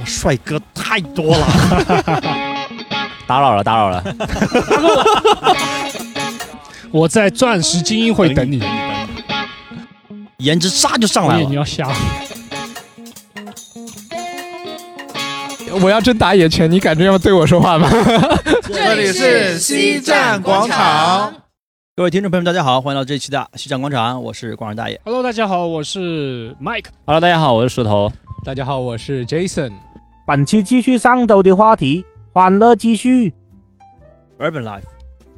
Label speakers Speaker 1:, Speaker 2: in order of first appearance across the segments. Speaker 1: 我帅哥太多了。
Speaker 2: 打扰了，打扰 了。
Speaker 3: 我在钻石精英会等你。
Speaker 1: 颜值唰就上
Speaker 3: 导
Speaker 1: 来
Speaker 3: 演，你
Speaker 1: 了。
Speaker 3: 要瞎？
Speaker 4: 我要真打野拳，你敢这样对我说话吗？
Speaker 5: 这里是西站广场。
Speaker 1: 各位听众朋友们，大家好，欢迎到这一期的西站广场，我是广场大爷。
Speaker 3: Hello，大家好，我是 Mike。
Speaker 2: Hello，大家好，我是石头。
Speaker 4: 大家好，我是 Jason。
Speaker 6: 本期继续上周的话题，欢乐继续。
Speaker 1: Urban 嗯 Life，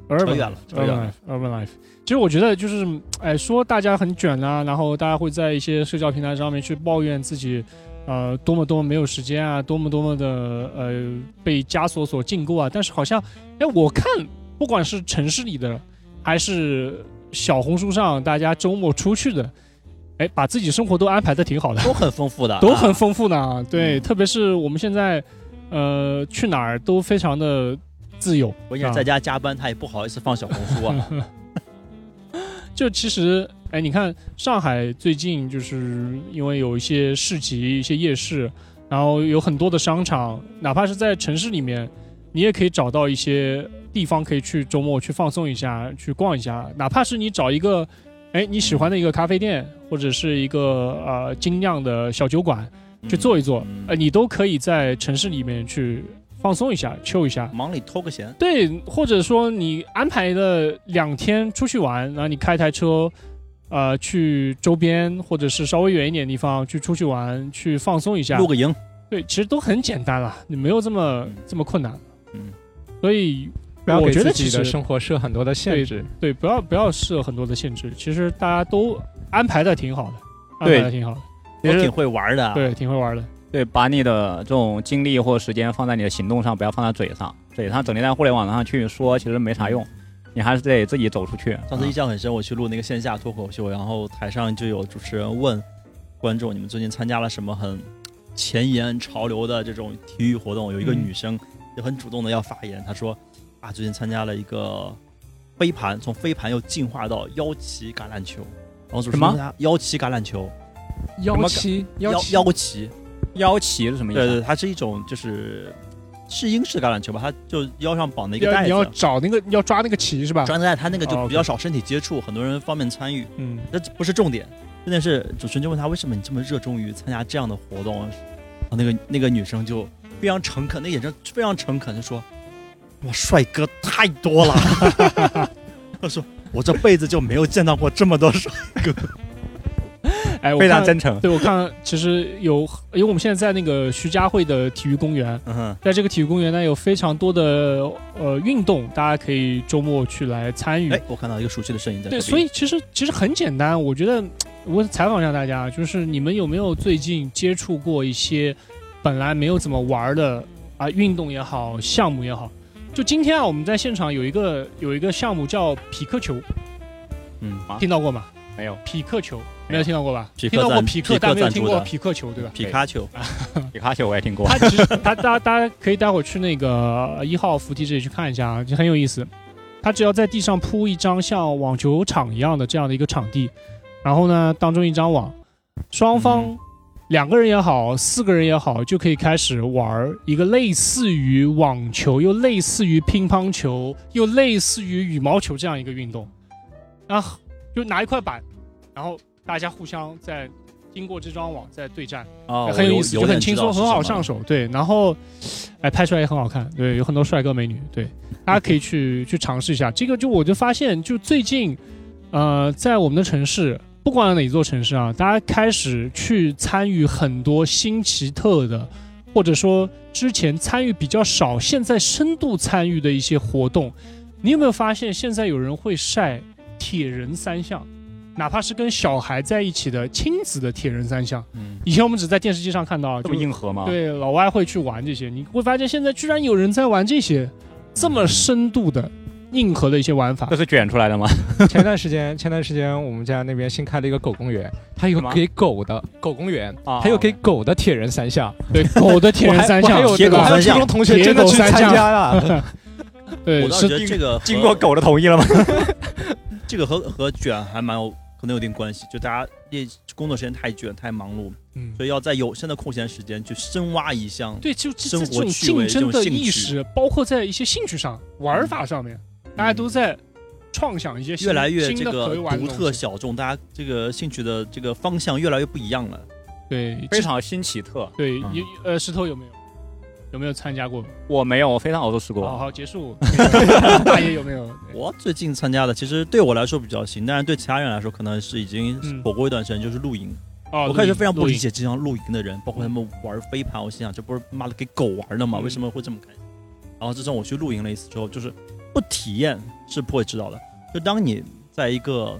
Speaker 3: Urban
Speaker 1: 扯远了扯
Speaker 3: Urban
Speaker 1: 远
Speaker 3: Life
Speaker 1: 了
Speaker 3: Urban Life。其实我觉得就是，哎，说大家很卷啊，然后大家会在一些社交平台上面去抱怨自己，呃，多么多么没有时间啊，多么多么的呃被枷锁所禁锢啊。但是好像，哎，我看不管是城市里的，还是小红书上大家周末出去的，哎，把自己生活都安排的挺好的。
Speaker 1: 都很丰富的，
Speaker 3: 都很
Speaker 1: 啊
Speaker 3: 丰富呢。对，特别是我们现在，呃，去哪儿都非常的自由。
Speaker 1: 关键
Speaker 3: 啊
Speaker 1: 是在家加班，他也不好意思放小红书 啊。
Speaker 3: 就其实，哎，你看上海最近就是因为有一些市集、一些夜市，然后有很多的商场，哪怕是在城市里面，你也可以找到一些地方可以去周末去放松一下、去逛一下，哪怕是你找一个。哎，你喜欢的一个咖啡店，或者是一个呃精酿的小酒馆，去坐一坐，呃，你都可以在城市里面去放松一下、chill 一下。
Speaker 1: 忙里偷个闲，
Speaker 3: 对，或者说你安排了两天出去玩，然后你开台车，呃，去周边或者是稍微远一点的地方去出去玩，去放松一下
Speaker 1: 露。个营。
Speaker 3: 对，其实都很简单了，你没有这么这么困难。
Speaker 1: 嗯，
Speaker 3: 所以
Speaker 4: 不要
Speaker 3: 我
Speaker 4: 给
Speaker 3: 觉得
Speaker 4: 自
Speaker 3: 其
Speaker 4: 己
Speaker 3: 实
Speaker 4: 的生活设很多的限制。
Speaker 3: 对，不要不要设很多的限制，其实大家都安排的挺好的，安
Speaker 2: 对
Speaker 3: 排的挺好的，
Speaker 1: 都
Speaker 2: 其实
Speaker 1: 挺会玩的啊。
Speaker 3: 对，挺会玩的。
Speaker 2: 对，把你的这种精力或时间放在你的行动上，不要放在嘴上。嘴上整天在互联网上去说，其实没啥用，你还是得自己走出去。
Speaker 1: 上次
Speaker 2: 嗯
Speaker 1: 印象很深，我去录那个线下脱口秀，然后台上就有主持人问观众：“你们最近参加了什么很前沿潮流的这种体育活动？”有一个
Speaker 3: 嗯
Speaker 1: 女生就很主动的要发言，她说：“啊，最近参加了一个飞盘，从飞盘又进化到腰旗橄榄球。”然后主持人
Speaker 2: 什么
Speaker 1: 问她腰旗橄榄球，
Speaker 2: 么
Speaker 4: 幺七
Speaker 1: 腰
Speaker 4: 幺七
Speaker 1: 腰旗，
Speaker 2: 腰旗是什么意
Speaker 1: 对对，
Speaker 2: 思？啊
Speaker 1: 它是一种就是是英式橄榄球吧，它就腰上绑的一个
Speaker 3: 要
Speaker 1: 带
Speaker 3: 你要
Speaker 4: 啊
Speaker 1: 子，
Speaker 3: 找那个要抓那个旗是吧？
Speaker 1: 专带它那个就
Speaker 3: 哦
Speaker 1: 比较
Speaker 3: ，OK
Speaker 1: 少身体接触，很多人方便参与。
Speaker 3: 嗯，
Speaker 1: 那这不是重点，重点是主持人就问他为什么你这么热衷于参加这样的活动，然后那个那个女生就非常诚恳，那眼神非常诚恳，就说：“我帅哥太多了。” 他说：“我这辈子就没有见到过这么多帅哥。
Speaker 3: 哎，我
Speaker 2: 非常
Speaker 3: 看
Speaker 2: 真诚。
Speaker 3: 对，我看其实有，因为我们现在在那个徐家汇的体育公园”，
Speaker 1: 嗯哼，
Speaker 3: 在这个体育公园呢，有非常多的呃运动，大家可以周末去来参与。
Speaker 1: 哎，我看到一个熟悉的身影在这
Speaker 3: 对，
Speaker 1: 里。
Speaker 3: 所以其实其实很简单，我觉得我采访一下大家，就是你们有没有最近接触过一些本来没有怎么玩的啊运动也好，项目也好？就今天啊，我们在现场有一个有一个项目叫匹克球，
Speaker 1: 嗯，
Speaker 2: 啊
Speaker 3: 听到过吗？
Speaker 2: 没有
Speaker 3: 匹克球没有听到过吧？
Speaker 1: 匹克
Speaker 3: 听到过
Speaker 1: 赞
Speaker 3: 匹
Speaker 1: 匹
Speaker 3: 克，
Speaker 1: 克
Speaker 3: 但没有
Speaker 1: 赞
Speaker 3: 听
Speaker 1: 助
Speaker 3: 过
Speaker 1: 的
Speaker 3: 匹克球，对吧？
Speaker 1: 皮卡丘，
Speaker 2: 皮卡丘我也听过。
Speaker 3: 它其实它大大家可以待会儿去那个一号扶梯这里去看一下啊，就很有意思。它只要在地上铺一张像网球场一样的这样的一个场地，然后呢，当中一张网，双方
Speaker 1: 嗯
Speaker 3: 两个人也好，四个人也好，就可以开始玩儿一个类似于网球，又类似于乒乓球，又类似于羽毛球这样一个运动。啊，就拿一块板，然后大家互相在经过这张网在对战。
Speaker 1: 哦，
Speaker 3: 很
Speaker 1: 我
Speaker 3: 有意思，就很轻松，很好上。
Speaker 1: 点知道是什么了
Speaker 3: 手。对，然后，哎，拍出来也很好看。对，有很多帅哥美女。对，大家可以去去尝试一下。这个就我就发现，就最近，呃，在我们的城市，不管哪座城市啊，大家开始去参与很多新奇特的，或者说之前参与比较少，现在深度参与的一些活动。你有没有发现，现在有人会晒铁人三项？哪怕是跟小孩在一起的亲子的铁人三项，
Speaker 1: 嗯，
Speaker 3: 以前我们只在电视机上看到，啊
Speaker 2: 这
Speaker 3: 就
Speaker 2: 么硬核
Speaker 1: 啊
Speaker 2: 吗？
Speaker 3: 对老外会去玩这些，你会发现现在居然有人在玩这些这么深度的硬核的一些玩法
Speaker 1: 嗯
Speaker 2: 这。是卷出来的吗？
Speaker 4: 前段时间，前段时间我们家那边新开了一个狗公园，它有
Speaker 2: 什么
Speaker 4: 给狗的狗公园，
Speaker 1: 哦
Speaker 2: 啊
Speaker 4: 还有给狗的铁人三项，
Speaker 3: 对 狗的铁人三
Speaker 4: 我还
Speaker 3: 项
Speaker 4: 我还，有
Speaker 1: 铁狗
Speaker 4: 我还有
Speaker 1: 三项
Speaker 4: 初中同学真的去参加了，
Speaker 3: 对
Speaker 1: 我倒是觉得这
Speaker 3: 是
Speaker 1: 个和
Speaker 2: 经过狗的同意了吗？
Speaker 1: 这个和和卷还蛮有可能有点关系，就大家这工作时间太卷太忙碌，
Speaker 3: 嗯，
Speaker 1: 所以要在有限的空闲时间去深挖一项。
Speaker 3: 对，就这
Speaker 1: 生
Speaker 3: 这
Speaker 1: 活
Speaker 3: 这种
Speaker 1: 趣味
Speaker 3: 竞争
Speaker 1: 这种
Speaker 3: 的
Speaker 1: 兴
Speaker 3: 意
Speaker 1: 趣
Speaker 3: 识，包括在一些兴趣上、玩法上面，大家都在创想一些新
Speaker 1: 越来越
Speaker 3: 新
Speaker 1: 这
Speaker 3: 的可
Speaker 1: 个
Speaker 3: 以玩的
Speaker 1: 独
Speaker 3: 东
Speaker 1: 特
Speaker 3: 西
Speaker 1: 小众，大家这个兴趣的这个方向越来越不一样了。
Speaker 3: 对
Speaker 2: 非常新奇特。
Speaker 3: 对，
Speaker 1: 嗯
Speaker 3: 有呃石头有没有有没有参加过？
Speaker 2: 我没有，我非常熬都试
Speaker 3: 好
Speaker 1: 啊
Speaker 4: 哦
Speaker 2: 过。
Speaker 3: 好结束， 那个大爷有没有？对
Speaker 1: 我最近参加的，其实对我来说比较新，但是对其他人来说可能是已经
Speaker 3: 嗯
Speaker 1: 火过一段时间，就是露营。
Speaker 3: 哦，
Speaker 1: 我开始
Speaker 3: 露营
Speaker 1: 非常不
Speaker 3: 露
Speaker 1: 理
Speaker 3: 营
Speaker 1: 解经常露营的人，包括他们玩飞盘，我心想这不是妈的给狗玩的吗？
Speaker 3: 嗯
Speaker 1: 为什么会这么开心？然后自从我去露营了一次之后，就是不体验是不会知道的。就当你在一个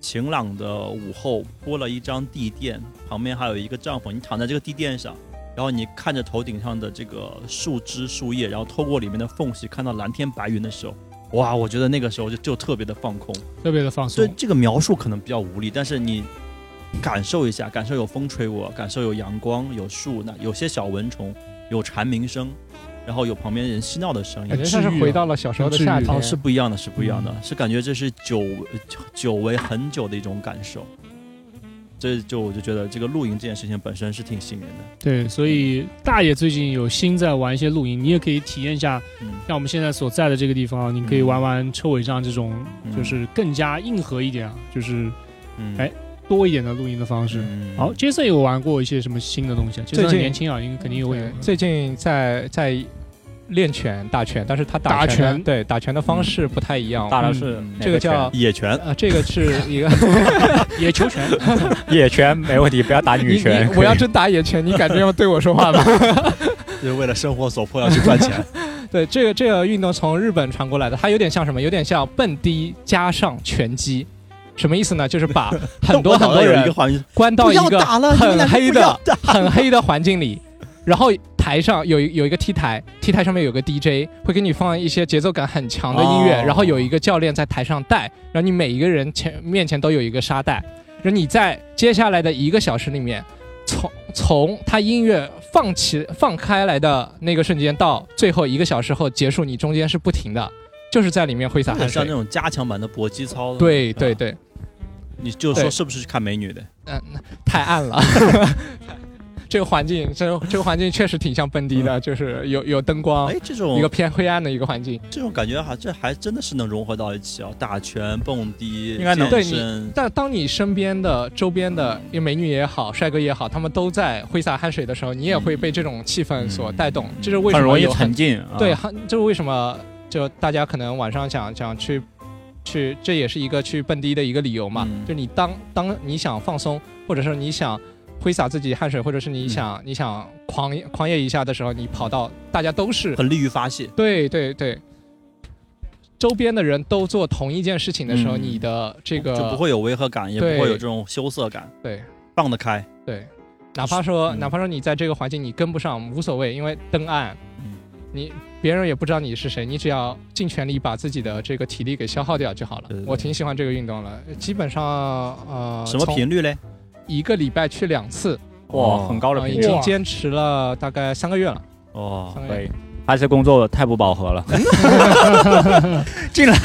Speaker 1: 晴朗的午后铺了一张地垫，旁边还有一个帐篷，你躺在这个地垫上，然后你看着头顶上的这个树枝树叶，然后透过里面的缝隙看到蓝天白云的时候，哇，我觉得那个时候就就特别的放空。
Speaker 3: 特别的放
Speaker 1: 所以
Speaker 3: 松，
Speaker 1: 这个描述可能比较无力，但是你感受一下，感受有风吹过，感受有阳光，有树，那有些小蚊虫，有蝉鸣声，然后有旁边人嬉闹的声
Speaker 4: 感觉
Speaker 1: 音。
Speaker 4: 像是嗯
Speaker 3: 治愈啊
Speaker 4: 回到了小时候的
Speaker 3: 很治愈
Speaker 4: 夏天。
Speaker 1: 哦，是不一样的，是不一样的，是感觉这是久呃久久违很久的一种感受。这就我就觉得这个露营这件事情本身是挺吸引人的。
Speaker 3: 对，所以大爷最近有心在玩一些露营，你也可以体验一下，
Speaker 1: 嗯，
Speaker 3: 像我们现在所在的这个地方，你可以玩玩车尾帐这种，
Speaker 1: 嗯
Speaker 3: 就是更加硬核一点啊，就是
Speaker 1: 嗯
Speaker 3: 哎多一点的露营的方式。
Speaker 1: 嗯
Speaker 3: 好，Jason 有玩过一些什么新的东西啊？Jason
Speaker 4: 最
Speaker 3: 很
Speaker 4: 近
Speaker 3: 年轻啊，应该肯定也会有
Speaker 4: 对。最近在在练拳打拳，但是他
Speaker 3: 打
Speaker 4: 打拳的
Speaker 3: 拳嗯
Speaker 4: 对打拳的方式不太一样。
Speaker 2: 大
Speaker 4: 啊、
Speaker 2: 的是
Speaker 1: 嗯
Speaker 2: 哪
Speaker 4: 这个叫
Speaker 1: 野 泉，
Speaker 4: 呃这个是 一个
Speaker 3: 野球拳，
Speaker 2: 拳野拳，没问题，不要打
Speaker 4: 你
Speaker 2: 女拳。
Speaker 4: 你 我要真打野拳，你敢这样对我说 话吗？
Speaker 1: 就是为了生活所迫要去赚钱。
Speaker 4: 对，这个这个运动从日本传过来的，它有点像什么？有点像蹦迪加上拳击，什么意思呢？就是把 很多
Speaker 1: 我脑
Speaker 4: 很
Speaker 1: 袋
Speaker 4: 多
Speaker 1: 有一
Speaker 4: 人
Speaker 1: 个画面，
Speaker 4: 关到
Speaker 1: 不
Speaker 4: 一
Speaker 1: 要
Speaker 4: 个
Speaker 1: 打了，你们
Speaker 4: 很
Speaker 1: 两个
Speaker 4: 黑
Speaker 1: 不要
Speaker 4: 的、很黑的环境里，然后台上有一有一个 T 台，T 台上面有个 DJ 会给你放一些节奏感很强的音乐，
Speaker 1: 哦
Speaker 4: 然后有一个教练在台上带，然后你每一个人前面前都有一个沙袋，然后你在接下来的一个小时里面，从从他音乐放起放开来的那个瞬间到最后一个小时后结束，你中间是不停的，就是在里面挥洒
Speaker 1: 很
Speaker 4: 汗
Speaker 1: 像那
Speaker 4: 水。
Speaker 1: 种加强版的搏击操。
Speaker 4: 对
Speaker 1: 吧
Speaker 4: 对，对，
Speaker 1: 你就说
Speaker 4: 对
Speaker 1: 是不是去看美女的？
Speaker 4: 嗯，太暗了。 这个环境，这这个环境确实挺像蹦迪的，就是有有灯光
Speaker 1: 嗯哎，，这种
Speaker 4: 啊一个偏黑暗的一个环境。
Speaker 1: 这种感觉还这还真的是能融合到一起啊！打拳、蹦迪，
Speaker 2: 应该
Speaker 1: 健
Speaker 2: 能
Speaker 4: 对
Speaker 1: 身，
Speaker 4: 但当你身边的、周边的美女也好、帅哥也好，他们都在挥洒汗水的时候，你也会被这种气氛所带动。
Speaker 1: 嗯
Speaker 4: 这是为什
Speaker 2: 很
Speaker 4: 么
Speaker 2: 容易
Speaker 4: 有
Speaker 2: 沉浸。啊
Speaker 4: 对，，很这是为什么就大家可能晚上想想去去，这也是一个去蹦迪的一个理由嘛。
Speaker 1: 嗯
Speaker 4: 就你当当你想放松，或者是你想挥洒自己汗水，或者是
Speaker 1: 嗯
Speaker 4: 你想、你想狂狂野一下的时候，你跑到大家都是
Speaker 1: 很利于发泄。
Speaker 4: 对对对，周边的人都做同一件事情的时候，
Speaker 1: 嗯
Speaker 4: 你的这个
Speaker 1: 就不会有违和感，也不
Speaker 4: 对
Speaker 1: 会有这种羞涩感，
Speaker 4: 对
Speaker 1: 放得开。
Speaker 4: 对，哪怕说、
Speaker 1: 嗯
Speaker 4: 哪怕说你在这个环境你跟不上无所谓，因为灯暗，
Speaker 1: 嗯
Speaker 4: 你别人也不知道你是谁，你只要尽全力把自己的这个体力给消耗掉就好了。
Speaker 1: 对对对
Speaker 4: 我挺喜欢这个运动了，基本上呃，
Speaker 1: 什么
Speaker 4: 从
Speaker 1: 频率嘞？
Speaker 4: 一个礼拜去两次，
Speaker 2: 哇，很高的
Speaker 4: 呃
Speaker 2: 频
Speaker 4: 已
Speaker 2: 率
Speaker 4: 经
Speaker 3: 哇，
Speaker 4: 坚持了大概三个月了。
Speaker 1: 哦，
Speaker 4: 三个
Speaker 2: 可
Speaker 4: 月
Speaker 2: 以。还是工作太不饱和了，竟然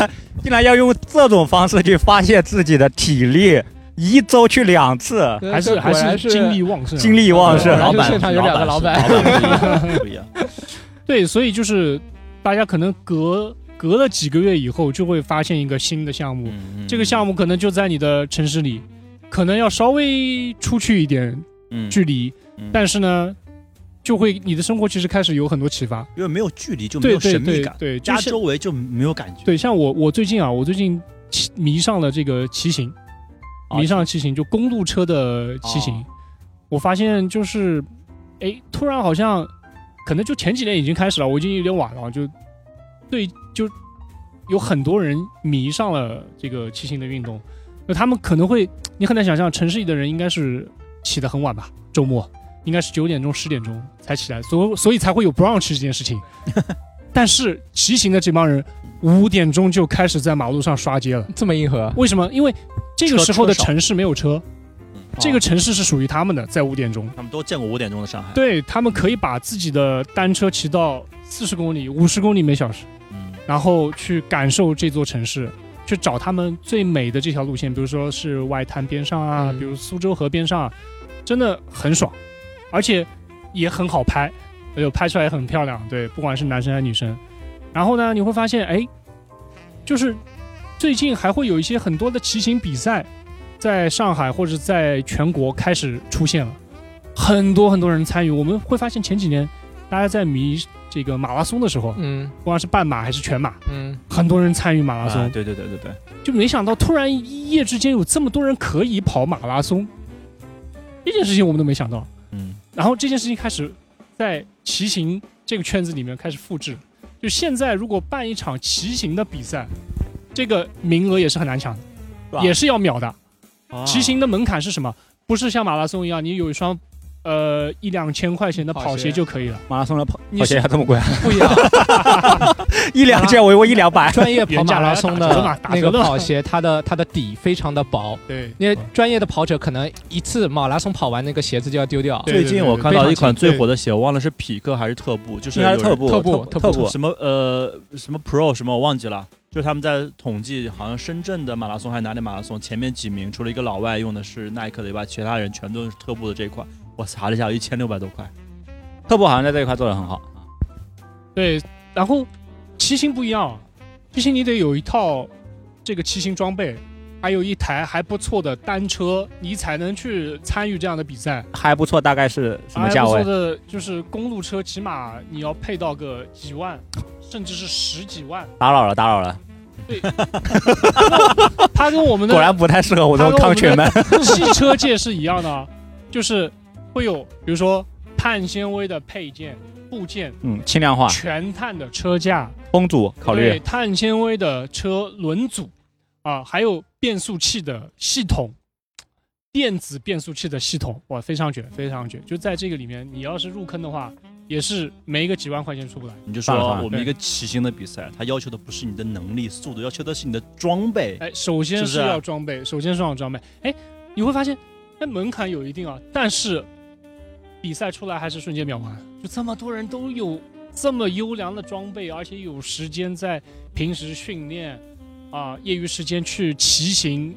Speaker 2: 竟然要用这种方式去发泄自己的体力，一周去两次，
Speaker 4: 对
Speaker 3: 还
Speaker 4: 这
Speaker 3: 是
Speaker 4: 果
Speaker 3: 还
Speaker 4: 然
Speaker 3: 是
Speaker 4: 是
Speaker 3: 精力旺盛啊，
Speaker 2: 精力旺
Speaker 4: 是
Speaker 2: 盛。
Speaker 4: 然
Speaker 1: 哦老
Speaker 4: 后
Speaker 1: 板，
Speaker 4: 现场有两个
Speaker 1: 老
Speaker 4: 老
Speaker 1: 板
Speaker 4: 板
Speaker 1: 是，老板不一样，不一样。
Speaker 3: 对，所以就是大家可能隔隔了几个月以后，就会发现一个新的项目，
Speaker 1: 嗯
Speaker 3: 这个项，目可能就在你的城市里，可能要稍微出去一点
Speaker 1: 嗯，
Speaker 3: 距离，
Speaker 1: 嗯
Speaker 3: 但是呢，就会你的生活其实开始有很多启发，
Speaker 1: 因为没有距离就没
Speaker 3: 对
Speaker 1: 有
Speaker 3: 对
Speaker 1: 神秘
Speaker 3: 对
Speaker 1: 感，
Speaker 3: 对，就
Speaker 1: 加
Speaker 3: 是
Speaker 1: 周围就没有感觉。
Speaker 3: 对，像我我最近啊，我最近骑迷上了这个骑行，
Speaker 2: 啊
Speaker 3: 迷上了骑行，就公路车的骑行，
Speaker 2: 哦
Speaker 3: 我发现就是，哎，突然好像，可能就前几年已经开始了，我已经有点晚了，就对，就有很多人迷上了这个骑行的运动，那他们可能会，你很难想象，城市里的人应该是起得很晚吧，周末应该是九点钟、十点钟才起来，所所以才会有 brunch 这件 事情。但是骑行的这帮人五点钟就开始在马路上刷街了，
Speaker 4: 这么硬核，
Speaker 3: 为什么？因为这个
Speaker 1: 车
Speaker 3: 时候的
Speaker 1: 车少
Speaker 3: 城市没有车，
Speaker 1: 嗯
Speaker 3: 这个城市是属于他们的，在五点钟，
Speaker 1: 他们都见过五点钟的上海。
Speaker 3: 对他们可以把自己的单车骑到四十公里、五十公里每小时，
Speaker 1: 嗯，
Speaker 3: 然后去感受这座城市，去找他们最美的这条路线，比如说是外滩边上啊，
Speaker 4: 嗯
Speaker 3: 比如苏州河边上啊，真的很爽，而且也很好拍，而且拍出来也很漂亮。对，不管是男生还是女生，然后呢，你会发现，哎，就是最近还会有一些很多的骑行比赛，在上海或者在全国开始出现了，很多很多人参与。我们会发现前几年大家在迷这个马拉松的时候，
Speaker 4: 嗯
Speaker 3: 不管是半马还是全马，
Speaker 4: 嗯，
Speaker 3: 很多人参与马拉松，
Speaker 1: 啊，对对对对对，
Speaker 3: 就没想到突然一夜之间有这么多人可以跑马拉松，这件事情我们都没想到。
Speaker 1: 嗯，
Speaker 3: 然后这件事情开始在骑行这个圈子里面开始复制。就现在，如果办一场骑行的比赛，这个名额也是很难抢的，
Speaker 1: 哇
Speaker 3: 也是要秒的。
Speaker 1: 啊
Speaker 3: 骑行的门槛是什么？不是像马拉松一样，你有一双呃一两千块钱的
Speaker 4: 跑
Speaker 3: 跑
Speaker 4: 鞋
Speaker 3: 鞋就可以了，
Speaker 2: 马拉松的跑
Speaker 3: 你
Speaker 2: 跑鞋
Speaker 3: 是
Speaker 2: 还这么贵 啊，
Speaker 4: 不一样，
Speaker 2: 一两千我以为一两百。
Speaker 4: 专业跑
Speaker 3: 原价
Speaker 4: 马拉
Speaker 3: 来
Speaker 4: 松
Speaker 3: 打折嘛
Speaker 4: 的
Speaker 3: 打
Speaker 4: 那
Speaker 3: 折
Speaker 4: 个
Speaker 3: 的嘛
Speaker 4: 跑鞋，它的它的底非常的薄，
Speaker 3: 对，
Speaker 4: 因为
Speaker 1: 哦
Speaker 4: 专业的跑者可能一次马拉松跑完那个鞋子就要丢掉。
Speaker 3: 对
Speaker 1: 最近我看
Speaker 4: 非
Speaker 1: 到
Speaker 4: 常
Speaker 1: 一款
Speaker 4: 近
Speaker 1: 最
Speaker 4: 对
Speaker 1: 火的鞋，我忘了是匹克还是特步，就是
Speaker 2: 应该是
Speaker 1: 有人
Speaker 2: 特步，
Speaker 4: 特步
Speaker 2: 特
Speaker 4: 特
Speaker 2: 步，
Speaker 1: 什么呃什么 Pro 什么我忘记了，就是他们在统计，好像深圳的马拉松还是哪里马拉松，前面几名除了一个老外用的是耐克的以外，其他人全都是特步的这一款。我查了一下，一千六百多块。
Speaker 2: 特步好像在这一块做的很好。
Speaker 3: 对，然后骑行不一样，骑行你得有一套这个骑行装备，还有一台还不错的单车，你才能去参与这样的比赛。
Speaker 2: 还不错，大概是什么价
Speaker 3: 还
Speaker 2: 位
Speaker 3: 不？错的就是公路车，起码你要配 到个几万，甚至是十几万。
Speaker 2: 打扰了，打扰了，
Speaker 3: 它跟我们的
Speaker 2: 果然不太适合我这
Speaker 3: 他
Speaker 2: 种
Speaker 3: 跟
Speaker 2: 康
Speaker 3: 我们
Speaker 2: 犬们。
Speaker 3: 汽车界是一样的啊，就是会有比如说碳纤维的配件、部件、
Speaker 2: 嗯，轻量化，
Speaker 3: 全碳的车架，
Speaker 2: 风阻考
Speaker 3: 对
Speaker 2: 虑。
Speaker 3: 碳纤维的车轮组啊，还有变速器的系统，电子变速器的系统，哇，非常绝，非常绝！就在这个里面，你要是入坑的话，也是没个几万块钱出不来。
Speaker 1: 你就
Speaker 2: 算了
Speaker 1: 说
Speaker 2: 算了
Speaker 1: 我们一个骑行的比赛，它要求的不是你的能力、速度，要求的是你的装备。
Speaker 3: 哎，首
Speaker 1: 是
Speaker 3: 先
Speaker 1: 不
Speaker 3: 是
Speaker 1: 是啊
Speaker 3: 要装备，首先是要装备。哎，你会发现，那门槛有一定啊，但是比赛出来还是瞬间秒完，就这么多人都有这么优良的装备，而且有时间在平时训练啊，业余时间去骑行，